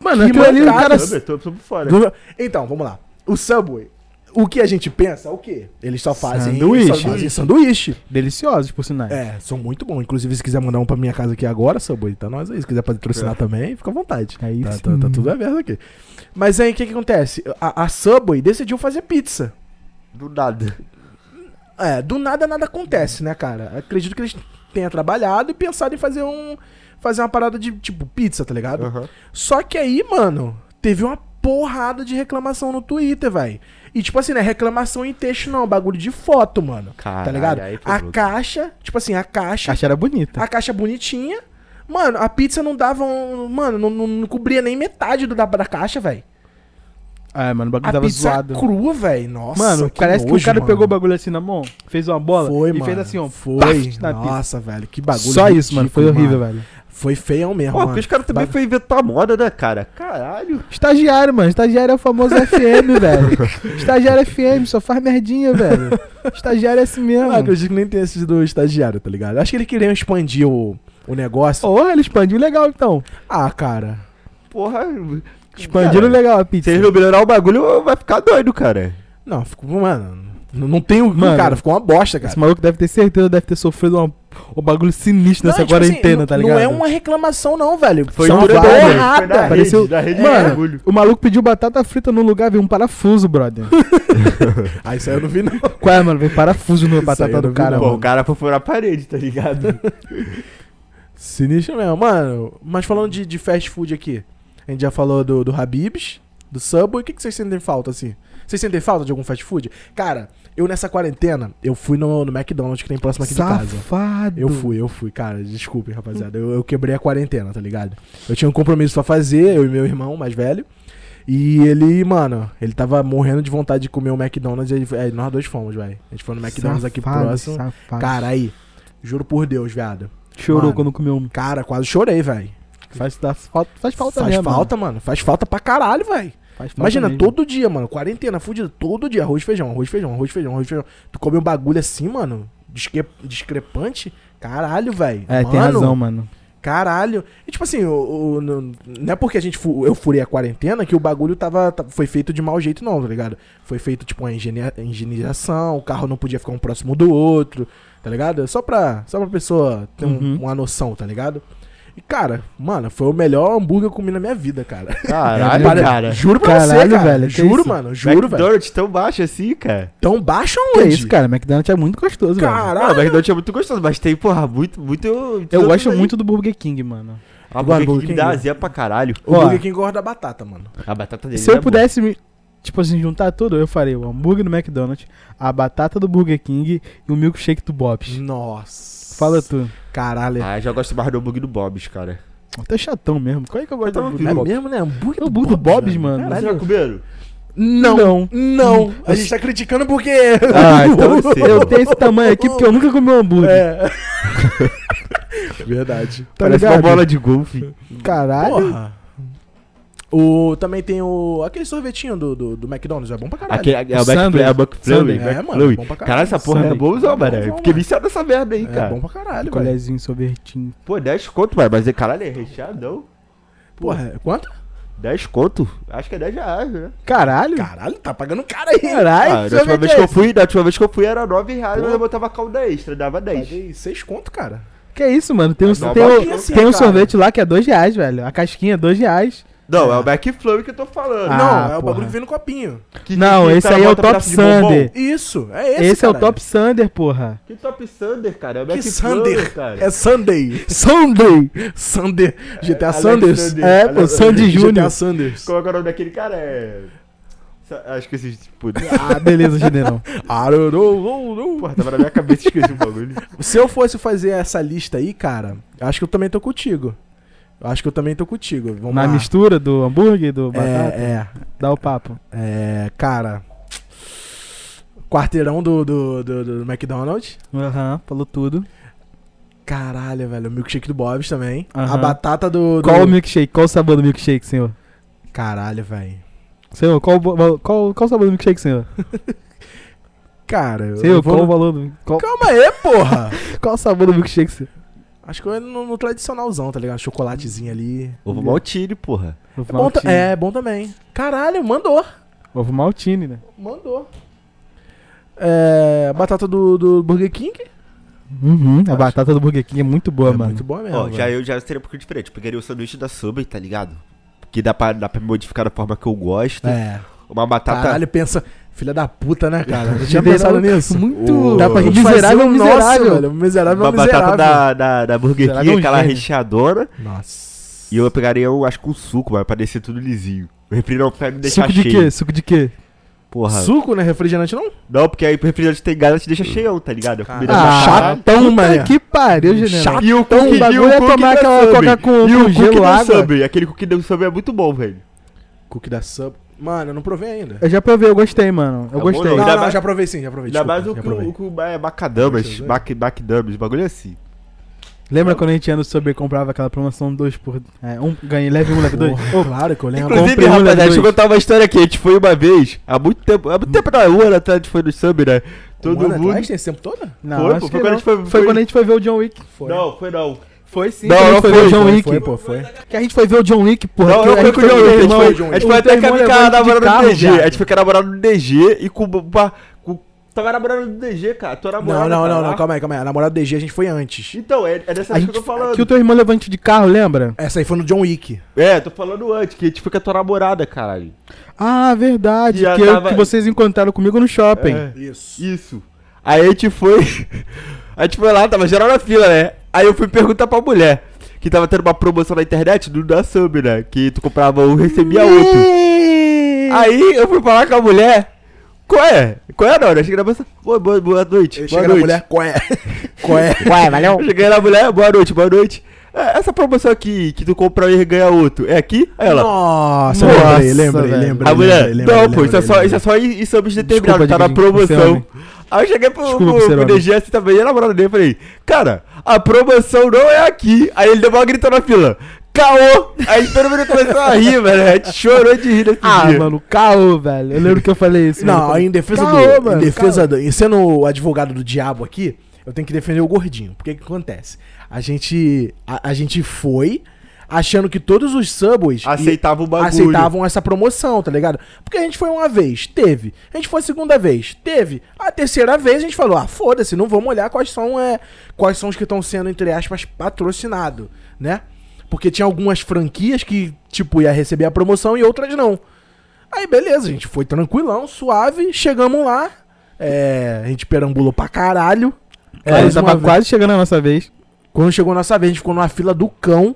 Speaker 3: Mano,
Speaker 1: Que
Speaker 3: aquilo ali o cara...
Speaker 1: mancada.
Speaker 2: Eu tô, tô por fora.
Speaker 1: Então, vamos lá. O Subway, o que a gente pensa é o quê? Eles só fazem
Speaker 3: Sanduíche.
Speaker 1: Só fazem sanduíche.
Speaker 3: Deliciosos, por sinais.
Speaker 1: É, são muito bons. Inclusive, se quiser mandar um pra minha casa aqui agora, Subway, tá nós aí. Se quiser patrocinar também, fica à vontade.
Speaker 3: Aí
Speaker 1: tá,
Speaker 3: sim.
Speaker 1: tá, tá tudo aberto aqui. Mas aí, o que que acontece? A, a Subway decidiu fazer pizza.
Speaker 2: Do nada.
Speaker 1: É, do nada nada acontece, né, cara? Acredito que eles tenham trabalhado e pensado em fazer um... Fazer uma parada de, tipo, pizza, tá ligado?
Speaker 2: Aham.
Speaker 1: Só que aí, mano, teve uma porrada de reclamação no Twitter, velho. E tipo assim, não é reclamação em texto, não, é bagulho de foto, mano. tá
Speaker 2: Caralho,
Speaker 1: ligado?
Speaker 2: aí foi
Speaker 1: A
Speaker 2: bruto.
Speaker 1: caixa, tipo assim, a
Speaker 3: A
Speaker 1: caixa,
Speaker 3: caixa era bonita.
Speaker 1: a caixa bonitinha. Mano, a pizza não dava um. Mano, não, não- não cobria nem metade do da, da caixa, velho.
Speaker 3: Ah, mano, o bagulho
Speaker 1: A
Speaker 3: tava
Speaker 1: pizza
Speaker 3: zoado.
Speaker 1: crua, velho. Nossa,
Speaker 3: mano, parece que o
Speaker 1: nojo,
Speaker 3: cara
Speaker 1: mano.
Speaker 3: pegou o bagulho assim na mão, fez uma bola
Speaker 1: Foi,
Speaker 3: e
Speaker 1: mano.
Speaker 3: fez assim, ó.
Speaker 1: Foi.
Speaker 3: paf, na pizza.
Speaker 1: Nossa, velho, que bagulho.
Speaker 3: Só isso, mano. Foi
Speaker 1: ridículo,
Speaker 3: horrível,
Speaker 1: mano.
Speaker 3: velho.
Speaker 1: Foi feião mesmo,
Speaker 2: Pô,
Speaker 1: mano.
Speaker 2: porque os caras também
Speaker 1: Ba-
Speaker 2: foi inventar moda, né, cara? Caralho.
Speaker 3: Estagiário, mano. Estagiário é o famoso
Speaker 1: [LAUGHS]
Speaker 3: FM, velho. Estagiário FM, só faz merdinha, velho. Estagiário é assim mesmo.
Speaker 1: Ah, acredito que nem tenha sido estagiário, tá ligado? Acho que ele queria expandir o, o negócio.
Speaker 3: Porra, ele expandiu legal, então.
Speaker 1: Ah, cara.
Speaker 2: Porra.
Speaker 3: Expandiram
Speaker 2: Cara,
Speaker 3: legal a pizza.
Speaker 2: Se eles não melhorar o bagulho, vai ficar doido, cara.
Speaker 1: Não, ficou, mano. Não, não tem o.
Speaker 3: Mano,
Speaker 1: cara, ficou uma bosta, cara.
Speaker 3: Esse maluco deve ter certeza, deve ter sofrido uma, um bagulho sinistro nessa
Speaker 1: Não, tipo assim,
Speaker 3: quarentena,
Speaker 1: não-
Speaker 3: tá ligado? um
Speaker 1: Não é uma reclamação, não, velho.
Speaker 2: Foi
Speaker 1: São
Speaker 2: durante-
Speaker 3: né?
Speaker 1: várias.
Speaker 2: Foi na
Speaker 1: porrada.
Speaker 2: rede,
Speaker 1: Pareceu-
Speaker 2: na rede
Speaker 1: Mano,
Speaker 2: de bagulho.
Speaker 3: O maluco pediu batata frita no lugar, veio um parafuso, brother.
Speaker 1: Ah, isso aí eu não vi, não.
Speaker 3: Qual é, mano? Veio
Speaker 1: [LAUGHS]
Speaker 3: parafuso no
Speaker 1: aí eu
Speaker 3: batata
Speaker 1: não
Speaker 3: do
Speaker 1: vi,
Speaker 3: cara,
Speaker 1: não.
Speaker 2: Pô,
Speaker 3: mano.
Speaker 2: o cara foi furar a parede, tá ligado?
Speaker 1: Sinistro mesmo. Mano, mas falando de, de fast food aqui, a gente já falou do, do Habib's, do Subway. O que, que vocês sentem falta, assim? Vocês sentem falta de algum fast food? Cara, eu nessa quarentena, eu fui no, no McDonald's que tem próximo aqui de casa.
Speaker 3: Safado.
Speaker 1: Eu fui, eu fui, cara, desculpe, rapaziada. Eu, eu quebrei a quarentena, tá ligado? Eu tinha um compromisso pra fazer, eu e meu irmão mais velho. E ele, mano, ele tava morrendo de vontade de comer o McDonald's. E aí, é, nós dois fomos, velho. A gente foi no McDonald's aqui
Speaker 3: Safado,
Speaker 1: próximo.
Speaker 3: Safado.
Speaker 1: Cara, aí, juro por Deus, viado.
Speaker 3: Chorou
Speaker 1: mano.
Speaker 3: quando comeu um.
Speaker 1: Cara, quase chorei, velho.
Speaker 3: Faz, dá falta, faz falta
Speaker 1: Faz
Speaker 3: mesmo, mano.
Speaker 1: falta, mano. Faz falta pra caralho, velho.
Speaker 3: Faz falta
Speaker 1: Imagina,
Speaker 3: mesmo.
Speaker 1: todo dia, mano. Quarentena, fudido. Todo dia, arroz, feijão, arroz, feijão, arroz, feijão, arroz, feijão. Tu come um bagulho assim, mano, disque- discrepante. Caralho, velho.
Speaker 3: É,
Speaker 1: mano,
Speaker 3: tem razão, mano.
Speaker 1: Caralho. E tipo assim, o, o- não não é porque a gente fu- eu furei a quarentena que o bagulho tava, ta- foi feito de mau jeito, não, tá ligado? Foi feito, tipo, uma engenia- higienização, o carro não podia ficar um próximo do outro, tá ligado? É Só pra, só pra pessoa ter um-
Speaker 3: Uhum.
Speaker 1: uma noção, tá ligado? E, cara, mano, foi o melhor hambúrguer que eu comi na minha vida, cara. [LAUGHS]
Speaker 2: Caralho,
Speaker 1: Pare-
Speaker 2: cara.
Speaker 1: Juro pra
Speaker 3: Caralho,
Speaker 1: você, cara.
Speaker 3: velho, que
Speaker 1: juro,
Speaker 3: isso?
Speaker 1: mano. Juro, velho.
Speaker 2: McDonald's tão baixo assim, cara.
Speaker 1: Tão baixo
Speaker 3: Que
Speaker 1: aonde?
Speaker 3: isso, cara. McDonald's é muito gostoso, velho.
Speaker 2: Não, o
Speaker 1: Caralho.
Speaker 2: McDonald's é muito gostoso, mas tem, porra, muito, muito...
Speaker 3: Eu gosto muito do Burger King, mano.
Speaker 2: A
Speaker 1: Agora,
Speaker 2: Burger King
Speaker 1: Burger
Speaker 2: dá
Speaker 1: King.
Speaker 2: azia pra caralho.
Speaker 1: O
Speaker 3: Ó.
Speaker 1: Burger King gosta da batata, mano.
Speaker 2: A batata dele
Speaker 3: Se eu
Speaker 2: é boa.
Speaker 3: pudesse me... tipo assim, juntar tudo, eu farei o hambúrguer do McDonald's, a batata do Burger King e o milkshake do Bob's.
Speaker 1: Nossa.
Speaker 3: Fala tu.
Speaker 1: Caralho.
Speaker 2: Ah, já gosto mais do hambúrguer do Bob's, cara.
Speaker 3: Tu é chatão mesmo. Qual é que eu gosto
Speaker 2: Eu
Speaker 3: do
Speaker 2: tava
Speaker 3: hambúrguer
Speaker 1: É
Speaker 3: do Bob's?
Speaker 1: mesmo, né? Hambúrguer
Speaker 3: É o hambúrguer do Bob's, mano. Hum,
Speaker 1: Caralho.
Speaker 2: Vocês já comeram?
Speaker 1: Não, não. é
Speaker 3: Não.
Speaker 1: A gente tá criticando porque...
Speaker 3: [LAUGHS]
Speaker 2: Ah, então eu sei.
Speaker 3: Eu tenho esse tamanho aqui porque eu nunca comi um hambúrguer.
Speaker 1: É. [LAUGHS] Verdade.
Speaker 3: Tá
Speaker 2: Parece
Speaker 3: ligado?
Speaker 2: uma bola de golfe.
Speaker 3: Caralho.
Speaker 1: Porra. O, também tem o. Aquele sorvetinho do, do, do McDonald's, é bom pra caralho.
Speaker 2: Aquele, é o
Speaker 3: Sunday.
Speaker 2: McFlurry. É o McFlurry.
Speaker 1: Sunday. É, mano,
Speaker 2: McFlurry.
Speaker 1: é bom pra caralho.
Speaker 2: Caralho, essa porra
Speaker 3: Sunday.
Speaker 2: é boa,
Speaker 1: É
Speaker 2: não,
Speaker 1: bonzão,
Speaker 2: mano. Fiquei viciado nessa merda aí,
Speaker 1: é
Speaker 2: cara.
Speaker 1: bom pra caralho, velho.
Speaker 3: Colhezinho, sorvetinho.
Speaker 2: Pô, 10 conto, mano. Mas, é- caralho, é recheadão.
Speaker 1: Porra, é- quanto?
Speaker 2: 10 conto? Acho que é 10 reais, né?
Speaker 3: Caralho.
Speaker 1: Caralho, tá pagando cara aí.
Speaker 2: Ah,
Speaker 3: Caralho.
Speaker 2: da última
Speaker 3: sorvete
Speaker 2: vez
Speaker 3: é
Speaker 2: que eu
Speaker 3: esse?
Speaker 2: fui, da última vez que eu fui era 9 reais, mas
Speaker 1: Pô.
Speaker 2: eu botava calda extra, dava 10.
Speaker 1: Paguei seis conto, cara.
Speaker 3: Que isso, mano? Tem um,
Speaker 2: Dá uma
Speaker 3: tem um-
Speaker 2: bolinha
Speaker 1: assim,
Speaker 3: tem um
Speaker 1: cara.
Speaker 3: sorvete lá que é dois reais, velho. A casquinha é dois reais.
Speaker 2: Não, é o McFlurry que eu tô falando.
Speaker 3: Ah,
Speaker 1: não, é o
Speaker 3: porra.
Speaker 1: bagulho que vem no copinho.
Speaker 2: Que-
Speaker 3: não,
Speaker 2: que o
Speaker 3: esse
Speaker 2: cara
Speaker 3: aí é o
Speaker 2: bota
Speaker 3: Top
Speaker 2: pedaço de bombom.
Speaker 3: Sunday.
Speaker 1: Isso, é
Speaker 3: Esse,
Speaker 1: esse.
Speaker 3: é o
Speaker 1: caralho.
Speaker 3: Top Sander, porra.
Speaker 2: Que Top Sunder, cara? É o
Speaker 1: Que
Speaker 2: McFlurry,
Speaker 1: Sander.
Speaker 2: cara. É,
Speaker 1: É Sunday. Sunday. Sunday. GTA
Speaker 2: Alex
Speaker 1: Sanders.
Speaker 2: Sunday.
Speaker 3: assim, tá É, pô,
Speaker 2: Alex-
Speaker 3: Sandy
Speaker 1: GTA
Speaker 3: Júnior.
Speaker 1: Sanders.
Speaker 2: Qual é o nome daquele cara? É. Sa- Acho que esse tipo. [LAUGHS]
Speaker 3: Ah, beleza, [LAUGHS] general.
Speaker 2: Porra, tava na minha cabeça e esqueci o bagulho.
Speaker 1: Se eu fosse fazer essa lista aí, cara, eu acho que eu também tô contigo. Eu acho que eu também tô contigo. Vamos
Speaker 3: Na
Speaker 1: lá.
Speaker 3: mistura do hambúrguer, do batata,
Speaker 1: É, é.
Speaker 3: dá o papo.
Speaker 1: É, cara. Quarteirão do, do, do, do McDonald's.
Speaker 3: Aham, falou tudo.
Speaker 1: Caralho, velho. O milkshake do Bob's também. A
Speaker 3: Aham.
Speaker 1: batata do. do-
Speaker 3: Qual o milkshake? Qual o sabor do milkshake, senhor?
Speaker 1: Caralho, velho.
Speaker 3: Senhor, qual, o bo- qual, qual o sabor do milkshake, senhor?
Speaker 1: Cara, eu.
Speaker 3: Senhor,
Speaker 1: eu vou
Speaker 3: qual o
Speaker 1: no-
Speaker 3: valor do. Qual,
Speaker 1: Calma aí, porra!
Speaker 3: qual o sabor do milkshake, senhor?
Speaker 1: Acho que eu entro no, no tradicionalzão, tá ligado? Chocolatezinho ali.
Speaker 2: Ovo maltine, porra.
Speaker 1: É bom, ta- é, bom também. Caralho, mandou.
Speaker 3: Ovo maltine, né?
Speaker 1: Mandou. É, batata do, do Burger King.
Speaker 3: Uhum, a batata do Burger King é muito boa,
Speaker 1: é
Speaker 3: mano.
Speaker 1: muito boa mesmo.
Speaker 2: Ó, já
Speaker 1: velho.
Speaker 2: eu já seria um pouquinho diferente. Eu pegaria o sanduíche da Subway, tá ligado? Que dá pra, dá pra modificar da forma que eu Tá, gosto.
Speaker 1: É.
Speaker 2: Uma batata.
Speaker 1: Caralho, pensa. Filha da puta, né, cara?
Speaker 2: [LAUGHS]
Speaker 1: Eu tinha pensado
Speaker 3: Miserável,
Speaker 1: nisso.
Speaker 3: Muito.
Speaker 2: O-
Speaker 1: Dá pra gente
Speaker 3: miserável,
Speaker 1: fazer um
Speaker 3: miserável.
Speaker 1: nosso, velho. Miserável é
Speaker 2: uma
Speaker 1: um miserável.
Speaker 2: batata da, da, da Burger
Speaker 3: Será que é
Speaker 2: King,
Speaker 3: um
Speaker 2: aquela
Speaker 3: gênio?
Speaker 2: recheadora.
Speaker 1: Nossa.
Speaker 2: E eu pegaria, eu acho que um suco, mas pra descer tudo lisinho. O refrigerante eu pego e deixa
Speaker 3: Suco de
Speaker 2: cheio.
Speaker 3: quê? Suco de quê?
Speaker 2: Porra.
Speaker 1: Suco, né? Refrigerante não?
Speaker 2: Não, porque aí o refrigerante tem gás e te deixa cheião, tá ligado? A comida
Speaker 1: Ah,
Speaker 2: tá
Speaker 1: chato.
Speaker 2: chata.
Speaker 1: Puta
Speaker 3: mano. Que pariu, general.
Speaker 2: E o
Speaker 3: Então, o
Speaker 2: cookie, e
Speaker 3: bagulho
Speaker 2: o
Speaker 3: é
Speaker 2: cookie
Speaker 3: tomar
Speaker 2: da
Speaker 3: aquela
Speaker 2: Subway.
Speaker 3: coca com,
Speaker 2: E
Speaker 3: com
Speaker 2: o cookie
Speaker 3: gelo,
Speaker 2: da
Speaker 3: água.
Speaker 2: Subway. Aquele cookie da Subway é muito bom, velho.
Speaker 1: Cookie da Sub. Mano, eu não provei ainda.
Speaker 3: Eu já provei, eu gostei, mano. Eu
Speaker 2: É bom,
Speaker 3: gostei.
Speaker 1: Não,
Speaker 2: ainda
Speaker 1: não,
Speaker 2: mais-
Speaker 1: já provei sim, já provei.
Speaker 2: Ainda mais o
Speaker 1: desculpa,
Speaker 2: que
Speaker 1: já provei.
Speaker 2: o que é macadamas,
Speaker 1: Gostei,
Speaker 2: mac, macdamas, bagulho assim.
Speaker 3: Lembra quando a gente ia no Subway e comprava aquela promoção 2 por. É, um, ganhei leve um leve dois?
Speaker 1: Porra, [LAUGHS] claro que eu lembro.
Speaker 3: Inclusive, comprei um, leve dois.
Speaker 2: contar uma história aqui. A gente foi uma vez, há muito tempo, há muito tempo na rua, atrás a gente foi no Subway, né? Todo
Speaker 1: Um ano
Speaker 2: mundo...
Speaker 1: Atrás, tem esse tempo todo?
Speaker 3: Não,
Speaker 2: Foi, pô,
Speaker 3: acho
Speaker 2: foi
Speaker 3: que
Speaker 2: quando a
Speaker 3: não.
Speaker 2: gente foi-
Speaker 3: Foi
Speaker 2: foi-
Speaker 3: quando a gente foi ver o John Wick.
Speaker 1: Foi.
Speaker 2: Não, foi não.
Speaker 3: Foi sim,
Speaker 2: Não,
Speaker 3: que a gente
Speaker 2: não
Speaker 3: foi, ver
Speaker 2: foi,
Speaker 3: o John
Speaker 1: foi,
Speaker 3: Wick.
Speaker 1: Foi, pô, foi.
Speaker 3: Que a gente foi ver o John Wick, porra.
Speaker 2: Não,
Speaker 3: que
Speaker 2: não
Speaker 3: a
Speaker 2: foi
Speaker 3: gente
Speaker 2: com o John
Speaker 3: meu
Speaker 2: Wick, a gente
Speaker 3: irmão,
Speaker 2: foi, a gente foi
Speaker 3: o
Speaker 2: até
Speaker 3: teu
Speaker 2: com a
Speaker 3: irmão
Speaker 2: minha
Speaker 3: levou ele de
Speaker 2: namorada
Speaker 3: carro,
Speaker 2: do DG,
Speaker 3: viado.
Speaker 2: a gente foi com a namorada do DG e com... Pra, com tava namorando do DG, cara, tua
Speaker 1: Não,
Speaker 2: namorada
Speaker 1: não,
Speaker 2: tá
Speaker 1: não,
Speaker 2: lá.
Speaker 1: não, calma aí, calma aí. A namorada do DG a gente foi antes.
Speaker 2: Então, é, é dessa
Speaker 3: A
Speaker 2: vez que
Speaker 3: gente,
Speaker 2: eu tô falando.
Speaker 3: que o teu irmão levou a gente de carro, lembra?
Speaker 1: Essa aí foi no John Wick.
Speaker 2: É, tô falando antes, que a gente foi com a tua namorada, caralho.
Speaker 3: Ah, verdade.
Speaker 2: E ela
Speaker 3: Que, eu-
Speaker 2: tava-
Speaker 3: que vocês encontraram comigo no shopping.
Speaker 2: É.
Speaker 1: Isso.
Speaker 2: Isso. Aí a gente foi. [LAUGHS] A gente foi lá, tava geral na fila, né? Aí eu fui perguntar pra mulher. Que tava tendo uma promoção na internet do da Sub, né? Que tu comprava um recebia outro. Aí eu fui falar com a mulher. Qual é? Qual é, não? Eu cheguei na moça. Boa, boa, boa noite.
Speaker 1: Ele
Speaker 2: boa
Speaker 1: chega na
Speaker 2: noite.
Speaker 1: mulher, qual é? Qual é?
Speaker 3: Ué, valeu.
Speaker 2: Eu cheguei na mulher, boa noite, boa noite. É, Essa promoção aqui, que tu compra um e ganha outro, é aqui? Aí ela.
Speaker 1: Nossa,
Speaker 3: Nossa,
Speaker 1: lembrei, lembrei,
Speaker 3: velho.
Speaker 1: lembrei.
Speaker 2: A mulher,
Speaker 1: lembrei,
Speaker 2: não,
Speaker 1: lembrei,
Speaker 2: pô, isso
Speaker 1: lembrei,
Speaker 2: é só,
Speaker 1: lembrei.
Speaker 2: isso é só em- em subs determinado, tá na
Speaker 3: Desculpa, Diguinho, você é
Speaker 2: promoção.
Speaker 3: homem.
Speaker 2: Aí eu cheguei pro,
Speaker 3: Desculpa
Speaker 2: pro,
Speaker 3: por ser
Speaker 2: pro
Speaker 3: homem.
Speaker 2: DG assim também, e a namorada dele, eu falei, cara, a promoção não é aqui. Aí ele deu uma grita na fila, caô! Aí todo mundo começou a rir, velho, a gente chorou de rir nesse
Speaker 3: Ah,
Speaker 2: dia.
Speaker 3: mano, caô, velho. Eu lembro que eu falei isso. mano. Eu
Speaker 1: Não,
Speaker 3: falei,
Speaker 1: em defesa
Speaker 3: caô,
Speaker 1: do.
Speaker 3: mano,
Speaker 1: em defesa
Speaker 3: caô.
Speaker 1: do. E sendo o advogado do diabo aqui, eu tenho que defender o gordinho. Porque o que acontece? A gente. A, a gente foi achando que todos os subways.
Speaker 2: Aceitava o bagulho.
Speaker 1: Aceitavam essa promoção, tá ligado? Porque a gente foi uma vez, teve. A gente foi a segunda vez, teve. A terceira vez a gente falou: ah, foda-se, não vamos olhar quais são, é, quais são os que estão sendo, entre aspas, patrocinados, né? Porque tinha algumas franquias que, tipo, ia receber a promoção e outras não. Aí beleza, a gente foi tranquilão, suave, chegamos lá. É, a gente perambulou pra caralho. É,
Speaker 3: Cara,
Speaker 1: Mais
Speaker 3: tava
Speaker 1: uma vez.
Speaker 3: quase chegando a nossa vez.
Speaker 1: Quando chegou a nossa vez, a gente ficou numa fila do cão.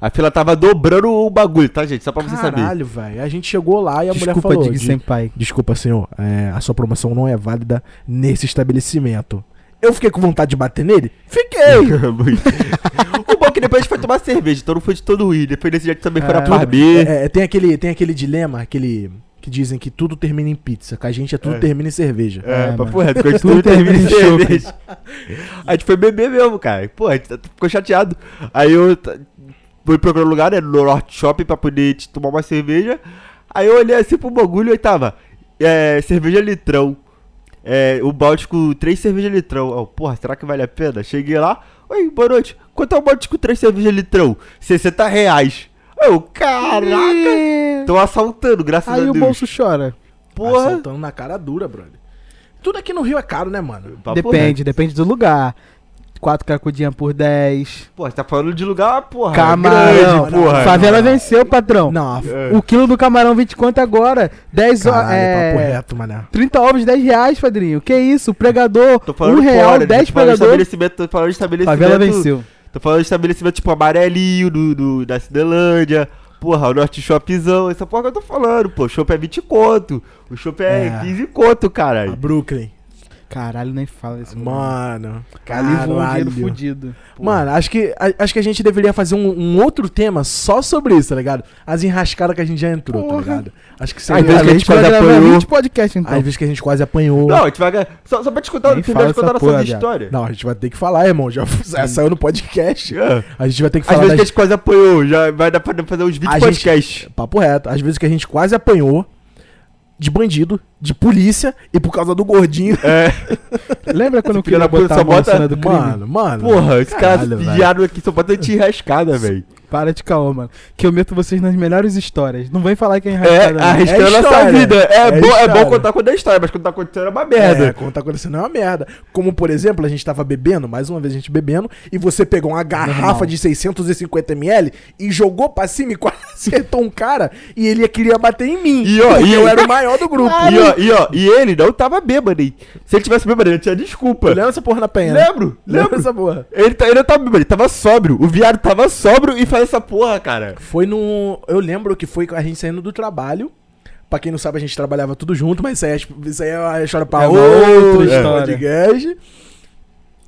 Speaker 2: A fila tava dobrando o bagulho, tá, gente? Só pra você saber.
Speaker 1: Caralho, velho. A gente chegou lá e a mulher
Speaker 3: Desculpa,
Speaker 1: falou...
Speaker 3: Dig
Speaker 1: de-
Speaker 3: Senpai.
Speaker 1: Desculpa, senhor. é, a sua promoção não é válida nesse estabelecimento. Eu fiquei com vontade de bater nele?
Speaker 2: [LAUGHS]
Speaker 1: Fiquei!
Speaker 2: o bom é que depois a gente foi tomar cerveja, então não foi de todo ruim. Depois desse dia que também foi na
Speaker 3: É.
Speaker 2: Parmê.
Speaker 1: É, é, tem, aquele, tem aquele dilema, aquele... Que dizem que tudo termina em pizza. Com a gente é tudo
Speaker 2: É.
Speaker 1: termina em cerveja. Tá
Speaker 2: É,
Speaker 3: É,
Speaker 2: papo
Speaker 3: mano. [LAUGHS]
Speaker 2: reto, quando a gente
Speaker 3: Tudo
Speaker 2: termina em
Speaker 3: termina em chope.
Speaker 2: cerveja. A gente foi beber mesmo, cara. Pô, a gente tá- ficou chateado. Aí eu t- fui procurar um lugar, né, no Norte Shopping pra poder te tomar uma cerveja. Aí eu olhei assim pro bagulho e tava, é, cerveja litrão. É, o Báltico, três cerveja litrão. Ó, porra, será que vale a pena? Cheguei lá, oi, boa noite. Quanto é o Báltico, três cerveja litrão? 60 reais. Aí Eu, caraca,
Speaker 3: Ih,
Speaker 2: tô assaltando, graças a
Speaker 3: Aí o
Speaker 2: Deus.
Speaker 3: bolso chora.
Speaker 2: porra,
Speaker 1: Assaltando na cara dura, brother. Tudo aqui no Rio é caro, né, mano?
Speaker 2: Papo reto.
Speaker 3: depende, depende do lugar. Quatro cracudinhas por 10.
Speaker 2: Pô, você tá falando de lugar, porra. é
Speaker 3: Camarão.
Speaker 2: grande, porra.
Speaker 3: Favela venceu, patrão.
Speaker 1: Não, a-
Speaker 2: É.
Speaker 3: O quilo do camarão 20 quanto agora? 10 horas.
Speaker 1: caralho, papo
Speaker 3: É,
Speaker 1: reto, mané.
Speaker 3: 30 ovos, 10 reais, padrinho. Que isso? Pregador,
Speaker 2: Tô falando
Speaker 3: um real,
Speaker 2: fora, tô
Speaker 3: 10
Speaker 2: falando de
Speaker 3: pregadores.
Speaker 2: estabelecimento, tô falando de estabelecimento.
Speaker 3: Favela venceu.
Speaker 2: Tô falando de estabelecimento tipo amarelinho do, do- da Cidelândia. Porra, o Norte Shopzão, essa porra que eu tô falando, pô. O chopp é 20 conto. O chopp é,
Speaker 1: É.
Speaker 2: 15 conto,
Speaker 1: A
Speaker 3: Ah,
Speaker 2: caralho.
Speaker 1: Brooklyn.
Speaker 3: Caralho, nem fala isso.
Speaker 1: Mano.
Speaker 3: Ali voa um dinheiro
Speaker 1: Caralho.
Speaker 3: fudido.
Speaker 1: Mano, acho que, a- acho que a gente deveria fazer um, um outro tema só sobre isso, tá ligado? As enrascadas que a gente já entrou, tá
Speaker 3: Porra.
Speaker 1: ligado? Acho que
Speaker 2: Às
Speaker 1: seria.
Speaker 2: vezes que a gente
Speaker 3: vai
Speaker 2: quase
Speaker 3: gravar
Speaker 2: apanhou.
Speaker 3: 20 podcast, então.
Speaker 1: Às vezes que a gente quase apanhou.
Speaker 2: Não, a gente vai. ganhar- Só, só pra te contar,
Speaker 3: Nem
Speaker 2: terminar
Speaker 3: fala
Speaker 2: de contar
Speaker 3: essa
Speaker 2: nossas
Speaker 3: porra, viado.
Speaker 2: histórias.
Speaker 1: Não, a gente vai ter que falar, irmão. Já, [LAUGHS] já saiu no podcast.
Speaker 2: É.
Speaker 1: A gente vai ter que
Speaker 2: Às
Speaker 1: falar. Das...
Speaker 2: vezes que a gente quase apoiou, já vai dar pra fazer uns 20
Speaker 1: A gente-
Speaker 2: podcasts.
Speaker 1: Papo reto. Às vezes que a gente quase apanhou de bandido, de polícia e por causa do
Speaker 2: [LAUGHS]
Speaker 1: gordinho.
Speaker 2: É,
Speaker 3: Lembra quando eu
Speaker 2: filho
Speaker 3: queria
Speaker 2: da puta
Speaker 3: botar
Speaker 2: só
Speaker 3: a mão na
Speaker 2: bota-
Speaker 3: cena do crime?
Speaker 1: Mano, mano.
Speaker 2: porra, esse
Speaker 1: Caralho,
Speaker 2: cara
Speaker 1: velho.
Speaker 2: viado aqui só bota te enrascada, velho.
Speaker 3: Para de caô, mano. Que eu meto vocês nas melhores histórias. Não vem falar que é
Speaker 2: É,
Speaker 3: enrascada.
Speaker 2: a
Speaker 3: não.
Speaker 2: história da nossa
Speaker 1: história.
Speaker 2: vida. É,
Speaker 1: É
Speaker 2: bom, é
Speaker 1: história.
Speaker 2: bom contar quando é história, mas quando tá acontecendo é uma
Speaker 1: É,
Speaker 2: merda.
Speaker 1: quando tá acontecendo é uma merda. Como, por exemplo, a gente tava bebendo, mais uma vez a gente bebendo, e você pegou uma garrafa
Speaker 3: Normal.
Speaker 1: de 650ml e jogou pra cima e quase [LAUGHS] acertou um cara e ele queria bater em mim.
Speaker 2: E, ó,
Speaker 1: porque
Speaker 2: e-
Speaker 1: eu era o maior do grupo.
Speaker 2: E, ó, e, ó, e ele não tava bêbado, hein? Se ele tivesse bêbado, ele tinha desculpa.
Speaker 1: Lembra essa porra na penha? né?
Speaker 2: Lembro, lembro.
Speaker 1: Lembra essa porra?
Speaker 2: Ele, tá, ele não tava bêbado, ele tava sóbrio. O viado tava sóbrio e faz essa porra, cara.
Speaker 1: Foi no. Eu lembro que foi a gente saindo do trabalho. Pra quem não sabe, a gente trabalhava tudo junto, mas isso aí é, isso aí é uma história pra
Speaker 3: É uma
Speaker 1: outro
Speaker 3: outra história.
Speaker 1: podcast.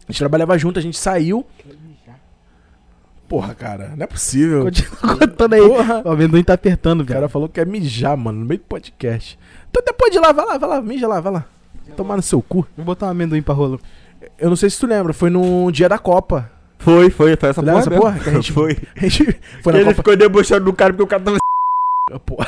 Speaker 1: A gente trabalhava junto, a gente saiu. Porra, cara, não é possível.
Speaker 3: Continua contando aí.
Speaker 1: Porra.
Speaker 3: O amendoim tá apertando,
Speaker 1: O cara
Speaker 3: velho.
Speaker 1: falou que quer mijar, mano, no meio do podcast. Então depois de lá, vai lá, vai lá, mija lá, vai lá. Tomar no seu cu.
Speaker 3: Vou botar um amendoim pra rolo.
Speaker 1: Eu não sei se tu lembra, foi no dia da Copa.
Speaker 2: Foi, foi, foi essa
Speaker 1: Tu lembra
Speaker 2: porra.
Speaker 1: essa
Speaker 2: Tá é mesmo.
Speaker 1: porra? Que a gente-
Speaker 2: [LAUGHS]
Speaker 1: [LAUGHS] A gente
Speaker 2: Foi.
Speaker 1: foi
Speaker 2: ele
Speaker 1: na Copa. [LAUGHS]
Speaker 2: ficou debochando do cara porque o cara tava. [LAUGHS]
Speaker 1: Porra.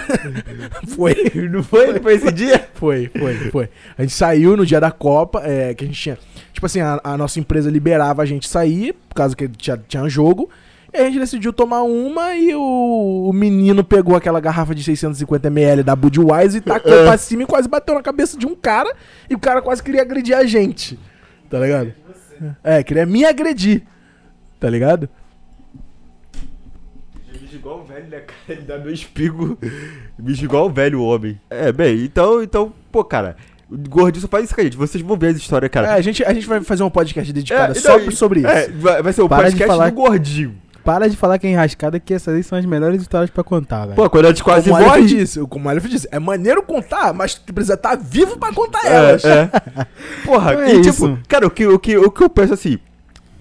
Speaker 1: Foi.
Speaker 2: Não foi? Não foi esse dia?
Speaker 1: Foi, foi, foi. A gente saiu no dia da Copa, é, que a gente tinha. Tipo assim, a, a nossa empresa liberava a gente sair, por causa que tinha, tinha um jogo. E a gente decidiu tomar uma e o, o menino pegou aquela garrafa de 650ml da Budweiser e tacou
Speaker 2: [LAUGHS] É.
Speaker 1: pra cima e quase bateu na cabeça de um cara. E o cara quase queria agredir a gente. Tá ligado? É, queria me agredir. Tá ligado?
Speaker 2: Bicho igual o velho, né, cara? Ele dá meu espigo. Bicho igual o velho homem. É, bem, então, então, pô, cara, o gordinho só faz isso com a gente. Vocês vão ver as histórias,
Speaker 1: É,
Speaker 2: cara.
Speaker 1: a gente, a gente vai fazer um podcast dedicado
Speaker 2: não,
Speaker 1: só
Speaker 2: e-
Speaker 1: sobre isso.
Speaker 2: é, vai, vai ser o
Speaker 3: Para de
Speaker 2: podcast
Speaker 3: falar-
Speaker 2: do gordinho.
Speaker 3: Para de falar que é enrascada, que essas aí são as melhores histórias pra contar, velho.
Speaker 2: Pô, quando a gente quase
Speaker 1: como o Aleph
Speaker 2: morre.
Speaker 1: disse, como o Aleph disse, é maneiro contar, mas tu precisa estar vivo pra contar elas. [LAUGHS]
Speaker 2: É, é. Porra,
Speaker 3: Então é
Speaker 2: e tipo,
Speaker 3: isso.
Speaker 2: cara, o que, o, que, o que eu penso assim: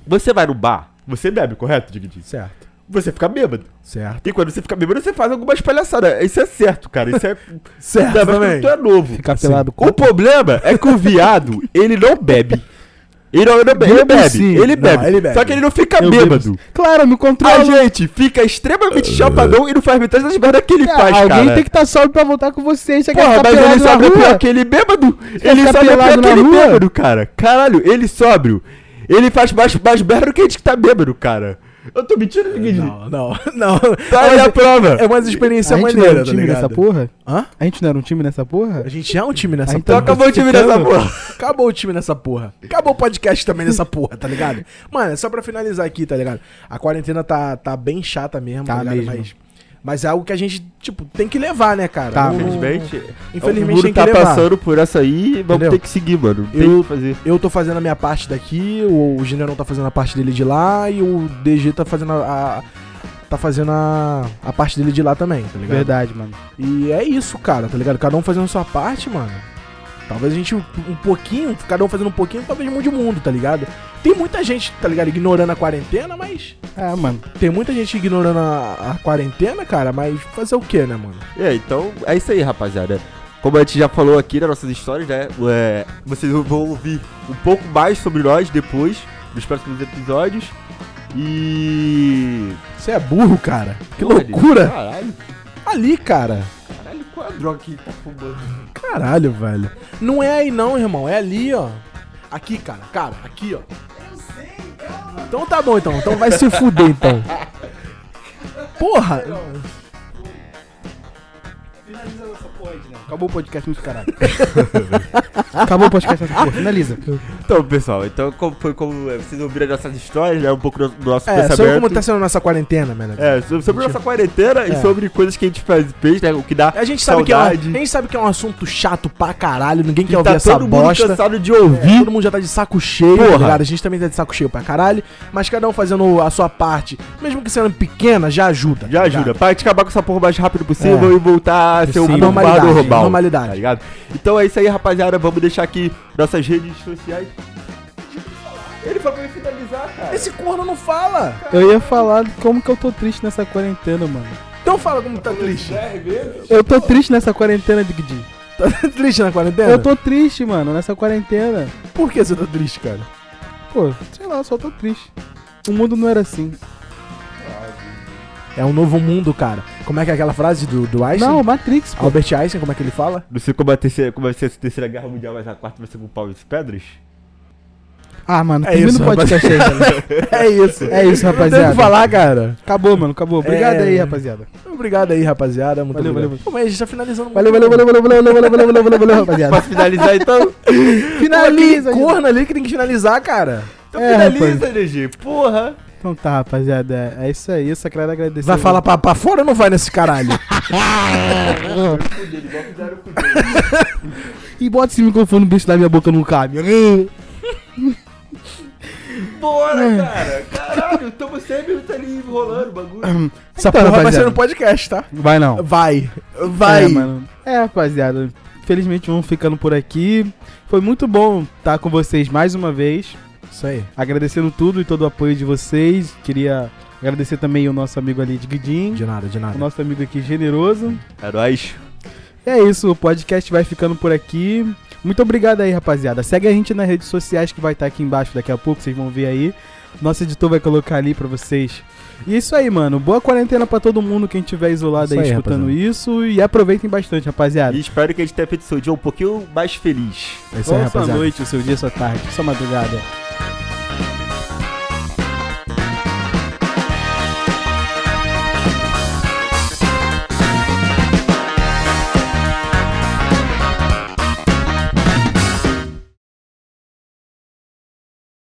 Speaker 2: você vai no bar, você bebe, correto, Digidinho?
Speaker 1: Certo,
Speaker 2: Você fica bêbado.
Speaker 1: certo.
Speaker 2: E quando você fica bêbado, você faz algumas palhaçadas. Isso é certo, cara. Isso é.
Speaker 1: Certo
Speaker 2: Ainda mais quando
Speaker 1: também.
Speaker 2: tu é novo.
Speaker 3: Ficar pelado
Speaker 2: O problema é que
Speaker 1: [LAUGHS]
Speaker 2: o viado, ele não bebe. Ele não, ele não bebe, ele
Speaker 3: Bebe
Speaker 2: bebe,
Speaker 3: sim.
Speaker 2: ele
Speaker 1: Não,
Speaker 2: bebe.
Speaker 1: ele bebe.
Speaker 2: Só que ele não fica
Speaker 3: Eu bebo-
Speaker 2: bêbado.
Speaker 3: Claro, eu me
Speaker 2: A
Speaker 3: controlo.
Speaker 2: gente fica
Speaker 1: Ah.
Speaker 2: extremamente chapadão e não faz metade das merdas que ele
Speaker 3: Ah,
Speaker 2: faz,
Speaker 3: alguém
Speaker 2: cara.
Speaker 3: tem que estar tá sóbrio pra voltar com vocês. Você
Speaker 2: Porra,
Speaker 3: quer ficar
Speaker 2: mas
Speaker 3: pelado
Speaker 2: ele
Speaker 3: na
Speaker 2: sóbrio é
Speaker 3: rua?
Speaker 2: pior que ele bêbado. Ele
Speaker 3: ficar
Speaker 2: sóbrio é pior
Speaker 3: pelado
Speaker 2: que
Speaker 3: na
Speaker 2: ele
Speaker 3: rua?
Speaker 2: bêbado, cara. Caralho, ele sóbrio. Ele faz mais, mais merda do que a gente que tá bêbado, cara. Eu tô mentindo, Guilherme.
Speaker 1: É, Não, não, [LAUGHS] não.
Speaker 2: Tá aí a prova.
Speaker 1: É uma experiência
Speaker 3: A gente não
Speaker 1: maneira,
Speaker 3: era um
Speaker 1: tá
Speaker 3: time
Speaker 1: ligado?
Speaker 3: nessa porra?
Speaker 1: Hã?
Speaker 3: A gente não era um time nessa porra?
Speaker 1: A gente é um time nessa
Speaker 3: Ah,
Speaker 2: Então
Speaker 3: Tá
Speaker 2: acabou de virar essa
Speaker 3: classificando?
Speaker 2: porra.
Speaker 1: Acabou o time nessa porra. Acabou o podcast também nessa porra, tá ligado? Mano, é só pra finalizar aqui, tá ligado? A quarentena tá, tá bem chata mesmo,
Speaker 3: Tá
Speaker 1: ligado?
Speaker 3: mesmo.
Speaker 1: Mas, mas é algo que a gente, tipo, tem que levar, né, cara?
Speaker 3: Tá,
Speaker 1: Não-
Speaker 2: Infelizmente,
Speaker 1: é.
Speaker 2: é
Speaker 1: Infelizmente
Speaker 2: o mundo
Speaker 1: tem que
Speaker 2: tá
Speaker 1: levar.
Speaker 2: passando por essa aí, vamos
Speaker 1: Entendeu?
Speaker 2: ter que seguir, mano. Não Tem
Speaker 1: Eu-
Speaker 2: o que fazer.
Speaker 1: Eu tô fazendo a minha parte daqui, o, o Generão tá fazendo a parte dele de lá e o DG tá fazendo a, a- tá fazendo a, a parte dele de lá também, tá ligado?
Speaker 3: Verdade, mano.
Speaker 1: E é isso, cara, tá ligado? Cada um fazendo a sua parte, mano. Talvez a gente um um pouquinho, cada um fazendo um pouquinho, talvez mude o mundo, tá ligado? Tem muita gente, tá ligado, ignorando a quarentena, mas.
Speaker 3: É, mano.
Speaker 1: Tem muita gente ignorando a, a quarentena, cara, mas fazer o quê, né, mano?
Speaker 2: É, então é isso aí, rapaziada. Como a gente já falou aqui nas nossas histórias, né? é, vocês vão ouvir um pouco mais sobre nós depois, nos próximos episódios. E.
Speaker 1: Você é burro, cara. Que
Speaker 2: Porra,
Speaker 1: loucura!
Speaker 2: Caralho,
Speaker 1: Ali, cara.
Speaker 2: caralho, qual é a droga que ele tá fumando?
Speaker 1: Caralho, velho. Não é aí não, irmão. É ali, ó. Aqui, cara. Cara, aqui, ó. Então tá bom, então. Então vai se fuder, então. Porra.
Speaker 2: né?
Speaker 3: Acabou o podcast muito caralho.
Speaker 2: Tá
Speaker 3: Acabou o podcast nessa porra. [LAUGHS] Finaliza.
Speaker 2: Então, pessoal, então como foi como é, vocês ouviram as nossas histórias, né? Um pouco do do nosso
Speaker 1: É, sobre
Speaker 2: pensamento.
Speaker 1: como tá sendo a nossa quarentena, mano.
Speaker 2: É, so- sobre nossa quarentena
Speaker 1: É.
Speaker 2: e sobre coisas que a gente faz, fez, né? O que dá.
Speaker 1: A gente sabe que é um, a
Speaker 2: saudade.
Speaker 1: gente sabe que é um assunto chato pra caralho, ninguém quer
Speaker 2: que
Speaker 1: ouvir
Speaker 2: tá
Speaker 1: essa
Speaker 2: todo mundo
Speaker 1: bosta.
Speaker 2: cansado de ouvir.
Speaker 1: Todo mundo já tá de saco cheio,
Speaker 2: Porra.
Speaker 1: tá ligado? A gente também tá de saco cheio pra caralho, mas cada um fazendo a sua parte, mesmo que sendo pequena, já ajuda. tá
Speaker 2: É. Já
Speaker 1: ligado?
Speaker 2: ajuda, pra te acabar com essa porra o mais rápido possível
Speaker 1: É.
Speaker 2: e voltar a ser um
Speaker 1: Sim,
Speaker 2: bombado
Speaker 1: normalidade,
Speaker 2: roubal.
Speaker 1: normalidade.
Speaker 2: Tá ligado? Então é isso aí, rapaziada. Vamos deixar aqui nossas redes sociais. Ele falou pra eu finalizar, cara.
Speaker 1: Esse corno não fala.
Speaker 3: Eu ia falar como que eu tô triste nessa quarentena, mano.
Speaker 1: Então fala como tá triste.
Speaker 3: É. Eu tô triste nessa quarentena, Digdi.
Speaker 1: Tá triste na quarentena?
Speaker 3: Eu tô triste, mano, nessa quarentena.
Speaker 1: Por que você tá triste, cara?
Speaker 3: Pô, sei lá, só tô triste. O mundo não era assim.
Speaker 1: É um novo mundo, cara. Como é que é aquela frase do, do Einstein?
Speaker 3: Não, Matrix, pô.
Speaker 1: Albert Einstein, como é que ele fala?
Speaker 2: Não sei como, a terceira, como vai ser a terceira guerra mundial, mas a quarta vai ser com pau e pedras.
Speaker 3: Ah, mano,
Speaker 1: É
Speaker 3: termina
Speaker 1: isso,
Speaker 3: o podcast aí,
Speaker 1: [LAUGHS]
Speaker 3: velho.
Speaker 1: É isso.
Speaker 3: É isso,
Speaker 1: Não tem o
Speaker 3: rapaziada.
Speaker 1: que falar, cara.
Speaker 3: Acabou, mano, acabou. Obrigado
Speaker 1: É.
Speaker 3: aí, rapaziada.
Speaker 1: Obrigado aí, rapaziada. Muito
Speaker 3: Valeu,
Speaker 1: obrigado.
Speaker 3: valeu.
Speaker 1: Pô, mas a gente tá finalizando.
Speaker 3: Valeu, valeu, valeu, valeu, valeu, valeu, valeu, valeu, valeu, valeu, rapaziada.
Speaker 2: Posso [LAUGHS] finalizar então?
Speaker 1: Finaliza,
Speaker 3: Finaliza,
Speaker 1: ali, corno ali que tem que finalizar, cara.
Speaker 2: Então
Speaker 3: É,
Speaker 2: finaliza, DG. Porra.
Speaker 3: Então tá, rapaziada. É isso aí, eu só quero agradecer.
Speaker 1: Vai falar pra, pra fora ou não vai nesse caralho?
Speaker 3: E bota esse microfone no bicho da minha boca, não cabe. né?
Speaker 2: Bora, cara. Caralho, tamo 100 minutos tá ali enrolando o bagulho.
Speaker 3: Essa
Speaker 1: Então,
Speaker 3: porra,
Speaker 1: vai ser
Speaker 3: rapaziada.
Speaker 1: no podcast, tá?
Speaker 3: Vai não.
Speaker 1: Vai. Vai.
Speaker 3: É, mano. É, rapaziada. Felizmente vamos ficando por aqui. Foi muito bom estar com vocês mais uma vez.
Speaker 1: Isso aí.
Speaker 3: Agradecendo tudo e todo o apoio de vocês. Queria agradecer também o nosso amigo ali de Guidinho.
Speaker 1: De nada, de nada.
Speaker 3: O nosso amigo aqui generoso.
Speaker 2: É nóis.
Speaker 3: É isso, o podcast vai ficando por aqui. Muito obrigado aí, rapaziada. Segue a gente nas redes sociais que vai estar aqui embaixo daqui a pouco, vocês vão ver aí. Nosso editor vai colocar ali pra vocês. E é isso aí, mano. Boa quarentena pra todo mundo quem estiver isolado
Speaker 1: Isso
Speaker 3: aí,
Speaker 1: aí,
Speaker 3: escutando
Speaker 1: rapaziada.
Speaker 3: isso. E aproveitem bastante, rapaziada.
Speaker 2: E espero que a gente tenha feito seu dia um pouquinho mais feliz.
Speaker 1: É isso aí,
Speaker 3: Ou sua
Speaker 1: rapaziada.
Speaker 3: noite, o seu dia, sua tarde, sua madrugada.